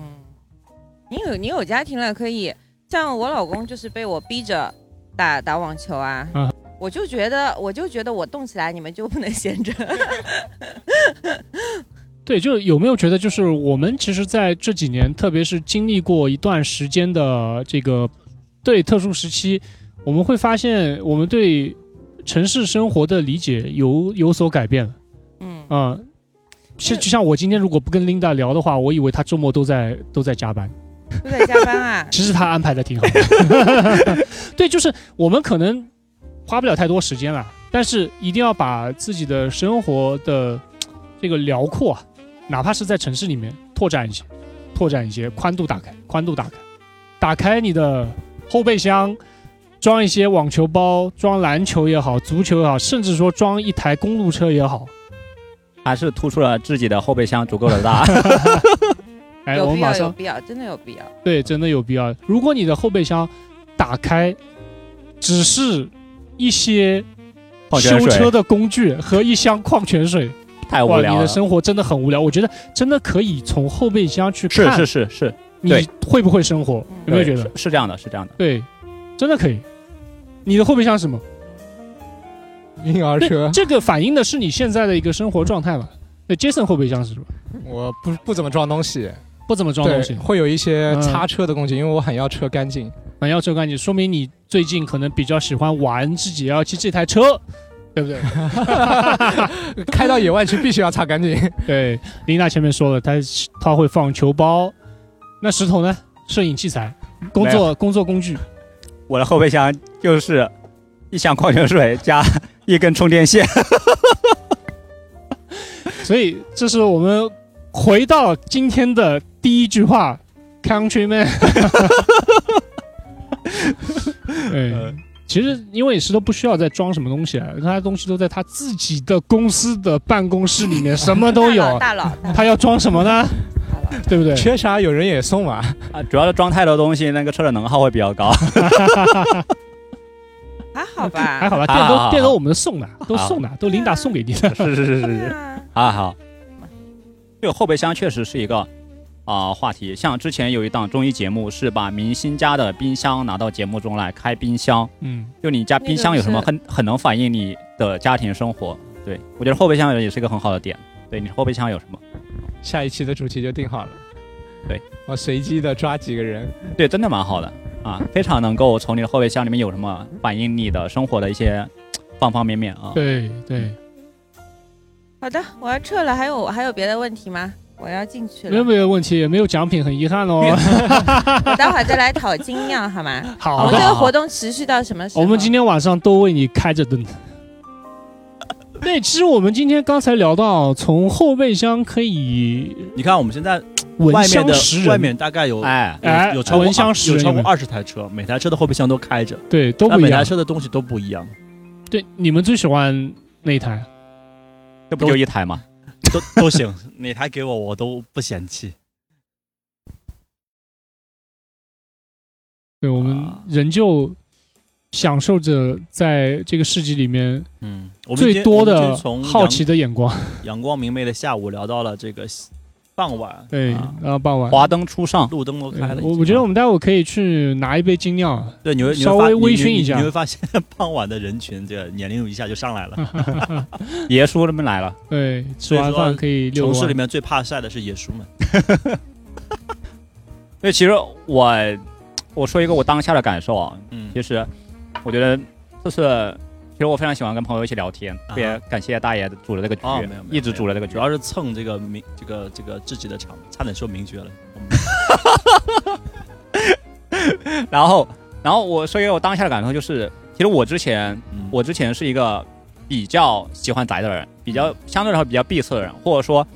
Speaker 5: 你有你有家庭了，可以像我老公就是被我逼着打打网球啊。
Speaker 3: 嗯
Speaker 5: 我就觉得，我就觉得我动起来，你们就不能闲着。
Speaker 3: 对，就有没有觉得，就是我们其实在这几年，特别是经历过一段时间的这个对特殊时期，我们会发现我们对城市生活的理解有有所改变了
Speaker 5: 嗯，
Speaker 3: 啊。像、就像我今天如果不跟 Linda 聊的话，我以为她周末都在都在加班。。
Speaker 5: 都在加班啊
Speaker 3: 其实他安排的挺好的。 对，就是我们可能花不了太多时间了，但是一定要把自己的生活的这个辽阔啊，哪怕是在城市里面拓展一些，拓展一些，宽度打开，宽度打开，打开你的后备箱。装一些网球包，装篮球也好，足球也好，甚至说装一台公路车也好。
Speaker 2: 还是突出了自己的后备箱足够的 大。
Speaker 3: 哎，我
Speaker 5: 有
Speaker 3: 们
Speaker 5: 必
Speaker 3: 马
Speaker 5: 要，有
Speaker 3: 上
Speaker 5: 必要，真的有必要。
Speaker 3: 对，真的有必要。如果你的后备箱打开，只是一些
Speaker 2: 矿泉
Speaker 3: 修
Speaker 2: 水
Speaker 3: 车的工具和一箱矿泉水，
Speaker 2: 太无
Speaker 3: 哇，
Speaker 2: 聊
Speaker 3: 你
Speaker 2: 了。
Speaker 3: 的生活真的很无聊。我觉得真的可以从后备箱去
Speaker 2: 是
Speaker 3: 看
Speaker 2: 是是是，
Speaker 3: 你
Speaker 2: 对
Speaker 3: 会不会生
Speaker 4: 嗯
Speaker 3: 活，有没有觉得
Speaker 2: 对？是是这样的？是这样的。
Speaker 3: 对，真的可以。你的后备箱是什么？
Speaker 4: 婴儿车
Speaker 3: 对，，这个反映的是你现在的一个生活状态嘛？对，Jason 后备箱是什么？
Speaker 4: 我不不怎么装东西，
Speaker 3: 不怎么装
Speaker 4: 对
Speaker 3: 东，西，
Speaker 4: 会有一些
Speaker 3: 嗯
Speaker 4: 擦车的工具，因为我很要车干净。
Speaker 3: 很要车干净，说明你最近可能比较喜欢玩自己要骑这台车，对不对？
Speaker 4: 开到野外去必须要擦干净。
Speaker 3: 对，琳达前面说了，她她会放球包。那石头呢？摄影器材、工作工作工具，
Speaker 2: 我的后备箱就是一箱矿泉水加一根充电 线。
Speaker 3: 所以这是我们回到今天的第一句话，Countryman。对，
Speaker 2: 嗯
Speaker 3: 其实因为石头不需要再装什么东西了，他的东西都在他自己的公司的办公室里面，什么都有。
Speaker 5: 大佬，大佬，
Speaker 3: 他要装什么呢？
Speaker 5: 大佬，
Speaker 3: 对不对？
Speaker 4: 缺啥有人也送嘛。
Speaker 2: 啊，主要是装太多东西，那个车的能耗会比较高。
Speaker 5: 还啊好吧？
Speaker 3: 还好吧，
Speaker 2: 好
Speaker 3: 电
Speaker 2: 啊好啊
Speaker 3: 都
Speaker 2: 好
Speaker 3: 电都我们送的，都送的，都琳达 送给你的。
Speaker 2: 是是是是
Speaker 5: 对
Speaker 2: 是，
Speaker 5: 啊。
Speaker 2: 啊好。这个后备箱确实是一个啊、话题，像之前有一档综艺节目是把明星家的冰箱拿到节目中来开冰箱，
Speaker 3: 嗯，
Speaker 2: 就你家
Speaker 5: 那
Speaker 2: 冰
Speaker 5: 个
Speaker 2: 箱有什么
Speaker 5: 是
Speaker 2: 很很能反映你的家庭生活。对我觉得后备箱也是一个很好的点。对你后备箱有什么？
Speaker 4: 下一期的主题就定好了。
Speaker 2: 对，
Speaker 4: 我随机的抓几个人，
Speaker 2: 对，真的蛮好的啊，非常能够从你的后备箱里面有什么反映你的生活的一些方方面面啊。
Speaker 3: 对对，
Speaker 5: 好的，我要撤了。还有还有别的问题吗？我要进去
Speaker 3: 没有
Speaker 5: 了，
Speaker 3: 没有问题，也没有奖品，很遗憾哦。
Speaker 5: 我待会儿再来讨金酿好吗？我
Speaker 3: 好
Speaker 5: 们这
Speaker 3: 的，
Speaker 5: 个活动持续到什么时候？
Speaker 3: 我们今天晚上都为你开着 灯。对，其实我们今天刚才聊到，从后备箱可以
Speaker 1: 你看我们现在
Speaker 3: 闻
Speaker 1: 外面
Speaker 3: 香识
Speaker 1: 的
Speaker 3: 人，
Speaker 1: 外面大概有
Speaker 2: 哎，
Speaker 1: 有
Speaker 3: 哎
Speaker 1: 有超过
Speaker 3: 闻香
Speaker 1: 二
Speaker 3: 识
Speaker 1: 有
Speaker 3: 人
Speaker 1: 超过
Speaker 3: 你们
Speaker 1: 二十台车，每台车的后备箱都开着，
Speaker 3: 对都
Speaker 1: 但
Speaker 3: 不一
Speaker 1: 每台
Speaker 3: 样。
Speaker 1: 车的东西都不一 样，
Speaker 3: 对，你们最喜欢哪一台？
Speaker 2: 这不就一台吗？
Speaker 1: 都都行，哪台给我我都不嫌弃。
Speaker 3: 对我们
Speaker 1: 啊
Speaker 3: 仍旧享受着在这个世纪里面
Speaker 1: 嗯，我们今
Speaker 3: 最
Speaker 1: 天
Speaker 3: 多
Speaker 1: 我们
Speaker 3: 的
Speaker 1: 今天从
Speaker 3: 好
Speaker 1: 阳啊
Speaker 3: 奇的眼光。
Speaker 1: 阳光明媚的下午聊到了这个西傍晚，
Speaker 3: 对，
Speaker 1: 啊
Speaker 3: 然后傍晚。
Speaker 2: 华灯初上，
Speaker 1: 路灯都
Speaker 3: 对
Speaker 1: 开了已经。
Speaker 3: 我我觉得我们待会儿可以去拿一杯精酿啊，
Speaker 1: 对你会你会
Speaker 3: 稍
Speaker 1: 发
Speaker 3: 微
Speaker 1: 你
Speaker 3: 微
Speaker 1: 你
Speaker 3: 醺一
Speaker 1: 你
Speaker 3: 下
Speaker 1: 你会发现 傍晚的人群这个年龄一下就上来 了。
Speaker 2: 爷叔这边来了，
Speaker 3: 对，吃
Speaker 1: 所以
Speaker 3: 完
Speaker 1: 说
Speaker 3: 饭可以遛
Speaker 1: 城
Speaker 3: 个
Speaker 1: 市
Speaker 3: 弯
Speaker 1: 里面最怕晒的是野叔们，
Speaker 2: 所以其实我我说一个我当下的感受啊，
Speaker 1: 嗯
Speaker 2: 其实我觉得就是，其实我非常喜欢跟朋友一起聊天，特别感谢大爷主了这个局
Speaker 1: 啊哦没有，没有
Speaker 2: 一直主了这个局
Speaker 1: 主。要是蹭这个明这个这个自己的场，差点说名角了。我们
Speaker 2: 然后，然后我说一个我当下的感受就是，其实我之前
Speaker 1: 嗯
Speaker 2: 我之前是一个比较喜欢宅的人，比较相对来说比较闭塞的人，或者说，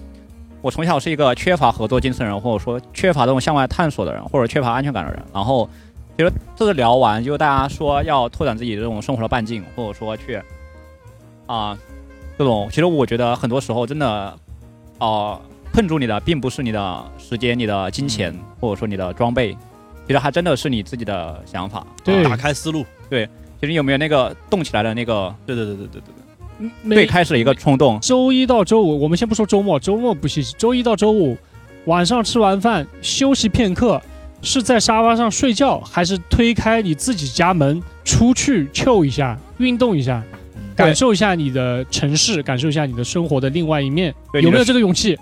Speaker 2: 我从小是一个缺乏合作精神的人，或者说缺乏这种向外探索的人，或者缺乏安全感的人。然后，其实这次聊完，就大家说要拓展自己这种生活的半径，或者说去啊、这种，其实我觉得很多时候真的，哦、困住你的并不是你的时间、你的金钱，或者说你的装备。其实还真的是你自己的想法。啊
Speaker 3: 对
Speaker 1: 打开思路，
Speaker 2: 其实有没有那个动起来的那个
Speaker 1: 对对对对对对对，
Speaker 3: 每
Speaker 2: 最开始的一个冲动？
Speaker 3: 周一到周五，我们先不说周末，周末不稀奇。周一到周五晚上吃完饭休息片刻，是在沙发上睡觉，还是推开你自己家门出去 chill 一下，运动一下，
Speaker 1: 嗯
Speaker 3: 感受一下你的城市，感受一下你的生活的另外一面？
Speaker 2: 对
Speaker 3: 有没
Speaker 2: 你
Speaker 3: 有
Speaker 2: 的
Speaker 3: 这个勇气？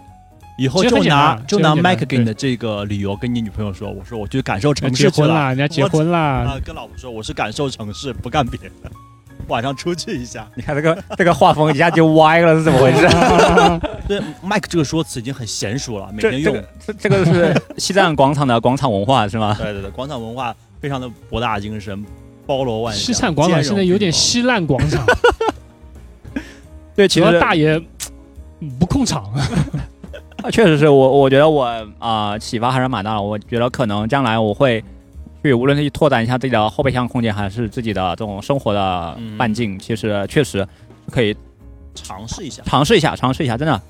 Speaker 1: 以后
Speaker 3: 其实
Speaker 1: 就
Speaker 3: 很简单
Speaker 1: 拿
Speaker 3: 其实
Speaker 1: 就拿
Speaker 3: 很简单
Speaker 1: Mike 给你的这个理由跟你女朋友说，我说我去感受城
Speaker 3: 结
Speaker 1: 市去
Speaker 3: 婚
Speaker 1: 了
Speaker 3: 啦，人家哎结
Speaker 1: 我
Speaker 3: 婚啦
Speaker 1: 啊，，跟老婆说我是感受城市，不干别的，晚上出去一下。
Speaker 2: 你看这个 这个画风一下就歪了，是怎么回事？
Speaker 1: 对，Mike 这个说辞已经很娴熟了，每
Speaker 2: 这
Speaker 1: 天
Speaker 2: 这
Speaker 1: 用。
Speaker 2: 个这这个是西藏广场的广场文化 是吗？
Speaker 1: 对对对，广场文化非常的博大精深，包罗万象。
Speaker 3: 西产广场
Speaker 1: 兼
Speaker 3: 现
Speaker 1: 容
Speaker 3: 在有 点
Speaker 1: 并包
Speaker 3: 稀烂广场，
Speaker 2: 对，
Speaker 3: 主
Speaker 2: 其
Speaker 3: 要
Speaker 2: 实
Speaker 3: 大爷不控场。
Speaker 2: 呃确实是我，我觉得我啊、启发还是蛮大的。我觉得可能将来我会去，无论是去拓展一下自己的后备箱空间，还是自己的这种生活的
Speaker 1: 嗯
Speaker 2: 半径，其实确实可以
Speaker 1: 尝试一下，
Speaker 2: 尝试一下，尝试一下，真的。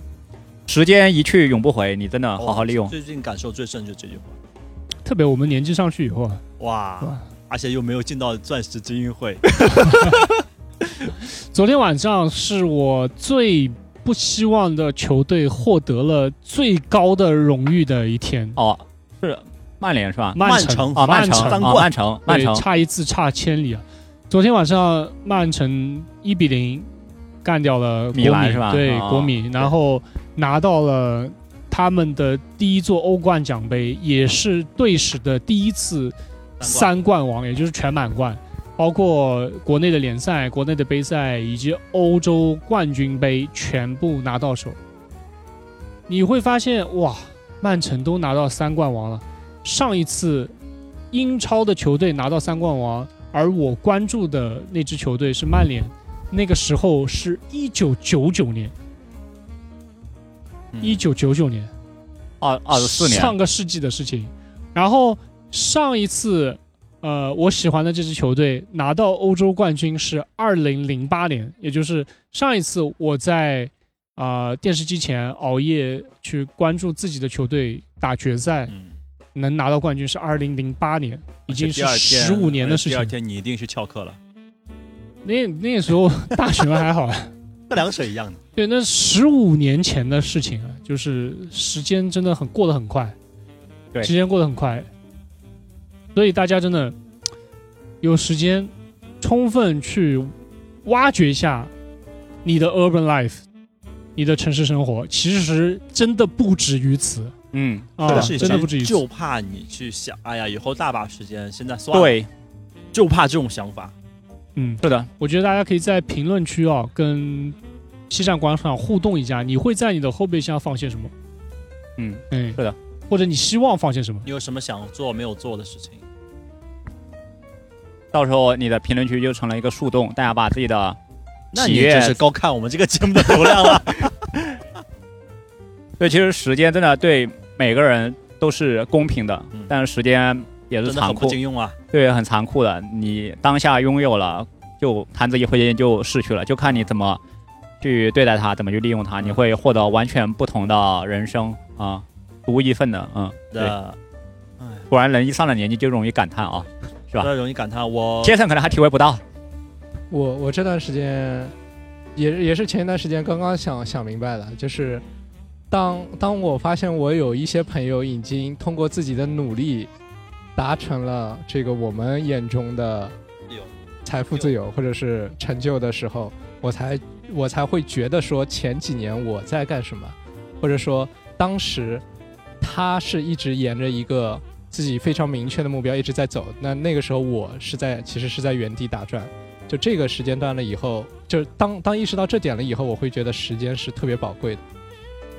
Speaker 2: 时间一去永不回，你真的好好利用。
Speaker 1: 最近感受最深就这句话，
Speaker 3: 特别我们年纪上去以后啊，
Speaker 1: 哇
Speaker 3: 哇！
Speaker 1: 而且又没有进到钻石精英会，
Speaker 3: 昨天晚上是我最不希望的球队获得了最高的荣誉的一天，
Speaker 2: 哦，是曼联是吧？
Speaker 3: 曼
Speaker 1: 城
Speaker 2: 啊，曼
Speaker 1: 曼
Speaker 2: 城，啊
Speaker 1: 三，
Speaker 2: 曼
Speaker 1: 冠，
Speaker 2: 城，曼
Speaker 3: 对，
Speaker 2: 城，
Speaker 3: 差一字差千里啊！昨天晚上曼城一比零干掉了国
Speaker 2: 米
Speaker 3: 米
Speaker 2: 兰是吧
Speaker 3: 对，
Speaker 2: 啊
Speaker 3: 国米，然后拿到了他们的第一座欧冠奖杯，也是队史的第一次
Speaker 1: 三冠
Speaker 3: 三冠王，也就是全满贯，包括国内的联赛、国内的杯赛以及欧洲冠军杯全部拿到手。你会发现，哇，曼城都拿到三冠王了。上一次英超的球队拿到三冠王，而我关注的那支球队是曼联，那个时候是一九九九年，
Speaker 1: 嗯
Speaker 3: 一九九九年。
Speaker 2: 二二十四年，
Speaker 3: 上个世纪的事情。然后上一次，呃，我喜欢的这支球队拿到欧洲冠军是二零零八年，也就是上一次我在啊、呃电视机前熬夜去关注自己的球队打决赛，
Speaker 1: 嗯，
Speaker 3: 能拿到冠军是二零零八年，已经是十五年的事
Speaker 1: 第二
Speaker 3: 情。
Speaker 1: 天你一定是翘课了，
Speaker 3: 那那 时候大学还好，
Speaker 1: 跟凉水一样的。
Speaker 3: 对，那十五年前的事情啊，就是时间真的很过得很快。
Speaker 2: 对
Speaker 3: 时间过得很快，所以大家真的有时间充分去挖掘一下你的 urban life，你的城市生活，其实真的不止于此
Speaker 2: 嗯，
Speaker 3: 啊，
Speaker 1: 是
Speaker 3: 真的不止于此。
Speaker 1: 就怕你去想，哎呀，以后大把时间，现在算了，，
Speaker 2: 对，
Speaker 1: 就怕这种想法。
Speaker 3: 嗯，
Speaker 2: 是的，
Speaker 3: 我觉得大家可以在评论区啊、跟西站广场互动一下，你会在你的后备箱放些什么？
Speaker 2: 嗯，
Speaker 3: 嗯，
Speaker 2: 是的，
Speaker 3: 或者你希望放些什么？
Speaker 1: 你有什么想做没有做的事情？
Speaker 2: 到时候你的评论区就成了一个树洞，大家把自己的
Speaker 1: 那
Speaker 2: 企
Speaker 1: 你
Speaker 2: 业
Speaker 1: 真是高看我们这个节目的流量了。
Speaker 2: 对，其实时间真的对每个人都是公平的，
Speaker 1: 嗯
Speaker 2: 但是时间也是
Speaker 1: 真的
Speaker 2: 残
Speaker 1: 很
Speaker 2: 酷
Speaker 1: 不，经用啊！
Speaker 2: 对，很残酷的。你当下拥有了，就弹指一挥间就逝去了，就看你怎么去对待它，怎么去利用
Speaker 1: 嗯
Speaker 2: 它，你会获得完全不同的人生啊，独一份的。嗯，对，
Speaker 1: 的，哎，
Speaker 2: 果然人一上了年纪就容易感叹啊。
Speaker 1: 不
Speaker 2: 吧
Speaker 1: 要容易感叹我。
Speaker 2: 杰森可能还体会不到，
Speaker 4: 我我这段时间也是也是前一段时间刚刚想想明白了，就是当当我发现我有一些朋友已经通过自己的努力达成了这个我们眼中的
Speaker 1: 自由
Speaker 4: 财富自由或者是成就的时候，我才我才会觉得说前几年我在干什么，或者说当时他是一直沿着一个自己非常明确的目标一直在走，那那个时候我是在其实是在原地打转。就这个时间段了以后，就是当当意识到这点了以后，我会觉得时间是特别宝贵的，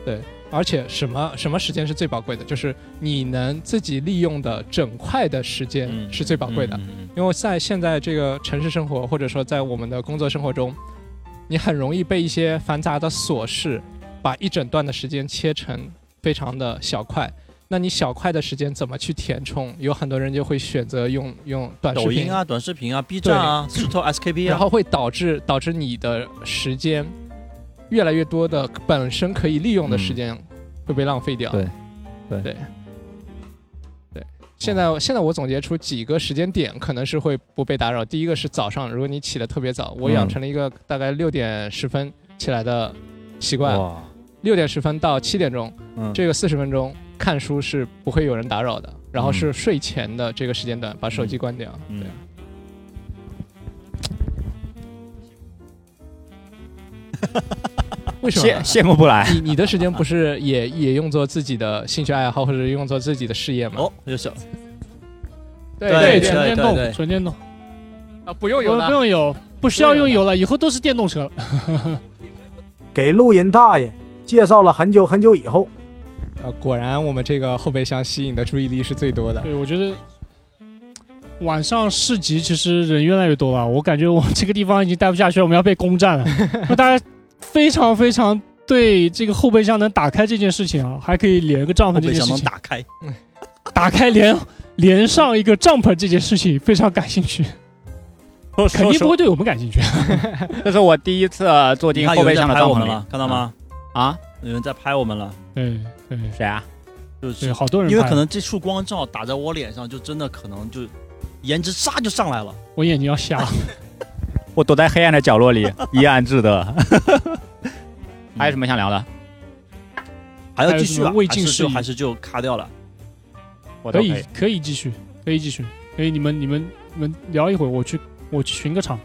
Speaker 4: 对，而且什么什么时间是最宝贵的，就是你能自己利用的整块的时间
Speaker 1: 嗯
Speaker 4: 是最宝贵的，
Speaker 1: 嗯嗯嗯
Speaker 4: 因为在现在这个城市生活，或者说在我们的工作生活中，你很容易被一些繁杂的琐事，把一整段的时间切成非常的小块。那你小块的时间怎么去填充？有很多人就会选择用用短视
Speaker 1: 抖
Speaker 4: 频
Speaker 1: 音啊、短视频啊、B 站啊、石头 SKP
Speaker 4: 然
Speaker 1: 啊，
Speaker 4: 后会导致导致你的时间越来越多的本身可以利用的时间会被浪费掉。
Speaker 2: 嗯对
Speaker 4: 对
Speaker 2: 对
Speaker 4: 对现在现在我总结出几个时间点可能是会不被打扰。第一个是早上，如果你起得特别早，
Speaker 2: 嗯
Speaker 4: 我养成了一个大概六点十分起来的习惯，
Speaker 1: 哇，
Speaker 4: 六点十分到七点钟，
Speaker 1: 嗯
Speaker 4: 这个四十分钟看书是不会有人打扰的。然后是睡前的这个时间段，把手机关掉。
Speaker 1: 嗯
Speaker 4: 对，为什么
Speaker 2: 谢？谢过不来。
Speaker 4: 你你的时间不是也也用作自己的兴趣爱好，或者用作自己的事业吗？
Speaker 1: 哦，优秀，
Speaker 4: 对
Speaker 1: 对
Speaker 3: 纯
Speaker 1: 对
Speaker 3: 电
Speaker 1: 对对
Speaker 3: 动，纯电动，
Speaker 4: 啊，不用
Speaker 3: 不用油，不需要用油了，以后都是电动车。
Speaker 6: 给路人大爷介绍了很久很久以后，
Speaker 4: 呃，果然我们这个后备箱吸引的注意力是最多的。
Speaker 3: 对，我觉得晚上市集其实人越来越多了，我感觉我们这个地方已经待不下去了，我们要被攻 占了。那大家非常非常对这个后备箱能打开这件事情啊，还可以连个帐篷
Speaker 1: 后
Speaker 3: 这
Speaker 1: 备
Speaker 3: 件
Speaker 1: 箱能
Speaker 3: 事情，
Speaker 1: 打开，
Speaker 3: 打开连连上一个帐篷这件事情非常感兴趣，
Speaker 2: 说
Speaker 3: 肯
Speaker 2: 说
Speaker 3: 定不
Speaker 2: 实
Speaker 3: 会对我们感兴趣。
Speaker 2: 这是我第一次呃坐
Speaker 1: 你
Speaker 2: 进
Speaker 1: 看
Speaker 2: 后
Speaker 1: 有
Speaker 2: 备
Speaker 1: 人在
Speaker 2: 箱的
Speaker 1: 拍
Speaker 2: 帐
Speaker 1: 我
Speaker 2: 篷
Speaker 1: 们
Speaker 2: 里
Speaker 1: 了，看到吗？
Speaker 2: 啊，
Speaker 1: 有人在拍我们了，
Speaker 3: 对对
Speaker 2: 谁啊？
Speaker 1: 就
Speaker 3: 对，
Speaker 1: 是
Speaker 3: 好多人
Speaker 1: 因为
Speaker 3: 拍
Speaker 1: 可能这束光照打在我脸上，就真的可能就颜值唰就上来了。
Speaker 3: 我眼睛要瞎了。
Speaker 2: 我躲在黑暗的角落 里，怡然自得。还有什么想聊的？
Speaker 1: 还
Speaker 3: 还
Speaker 1: 要
Speaker 3: 有
Speaker 1: 继
Speaker 3: 什
Speaker 1: 续
Speaker 3: 么
Speaker 1: 啊？
Speaker 3: 未
Speaker 1: 还
Speaker 3: 尽
Speaker 1: 是
Speaker 3: 事
Speaker 1: 就
Speaker 3: 宜
Speaker 1: 还是就卡掉了？
Speaker 2: 我都
Speaker 3: 可以可以继续，可以继续，可以你们你们你们聊一会儿，我去我去巡个场。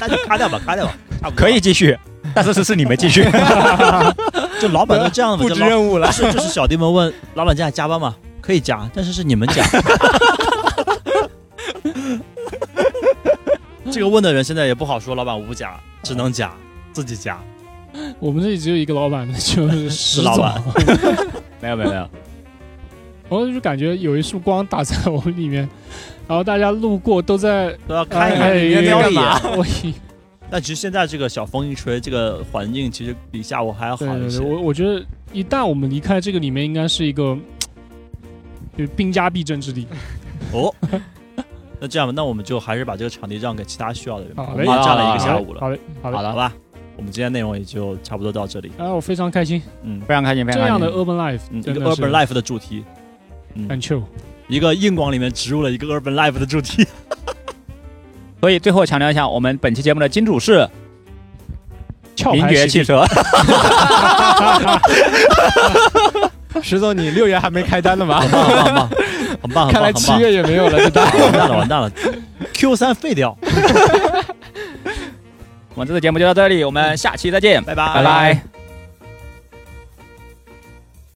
Speaker 1: 那就卡掉吧，卡掉吧，差不多
Speaker 2: 可以继续，但是是是你们 继续。
Speaker 1: 了。就老板都这样的，
Speaker 4: 布
Speaker 1: 就
Speaker 4: 置
Speaker 1: 老
Speaker 4: 任务了
Speaker 1: 不，是就是小弟们问老板加加班吗？可以加，但是是你们加。 这个问的人现在也不好说，老板我不加，只能加自己加。
Speaker 3: 我们这里只有一个老板，就是石
Speaker 1: 老
Speaker 3: 总
Speaker 1: 板。
Speaker 2: 没有没有没有，
Speaker 3: 然后就感觉有一束光打在我们里面，然后大家路过都在
Speaker 1: 都要看一看
Speaker 3: 哎
Speaker 1: 里面
Speaker 3: 哎
Speaker 1: 瞄
Speaker 3: 哎
Speaker 1: 一眼。
Speaker 3: 我一
Speaker 1: 但其实现在这个小风一吹，这个环境其实比下午还要好
Speaker 3: 对对
Speaker 1: 一
Speaker 3: 对，
Speaker 1: 些。
Speaker 3: 我我觉得一旦我们离开这个里面，应该是一个就是兵家必争之地。
Speaker 1: 哦，那这样吧，那我们就还是把这个场地让给其他需要的人吧。
Speaker 3: 好
Speaker 1: 我
Speaker 3: 嘞
Speaker 1: 们也站了一个
Speaker 2: 好嘞
Speaker 1: 下午了，
Speaker 3: 好嘞，好嘞。
Speaker 2: 好
Speaker 1: 好
Speaker 2: 的，
Speaker 1: 吧？我们今天内容也就差不多到这里。
Speaker 3: 啊，我非常开心，
Speaker 1: 嗯
Speaker 2: 非常开心，非
Speaker 3: 这
Speaker 2: 常开
Speaker 3: 样
Speaker 2: 心。
Speaker 3: 的 urban life
Speaker 1: 嗯，一
Speaker 3: 真
Speaker 1: 个
Speaker 3: 的是
Speaker 1: urban life 的主题，
Speaker 3: 很 chill。
Speaker 1: 一个硬广里面植入了一个 urban life 的主题。
Speaker 2: 所以最后强调一下，我们本期节目的金主是
Speaker 3: 壳
Speaker 2: 名
Speaker 3: 牌
Speaker 2: 爵汽
Speaker 3: 喜剧，
Speaker 2: 车，
Speaker 4: 石总，你六月还没开单呢吧？
Speaker 1: 很棒很棒很棒很棒，很棒
Speaker 4: 看来七月也没有了，这单。
Speaker 1: 完蛋了完蛋了，Q 三废掉，
Speaker 2: 我们这次节目就到这里，我们下期再见，
Speaker 1: 拜拜
Speaker 2: 拜拜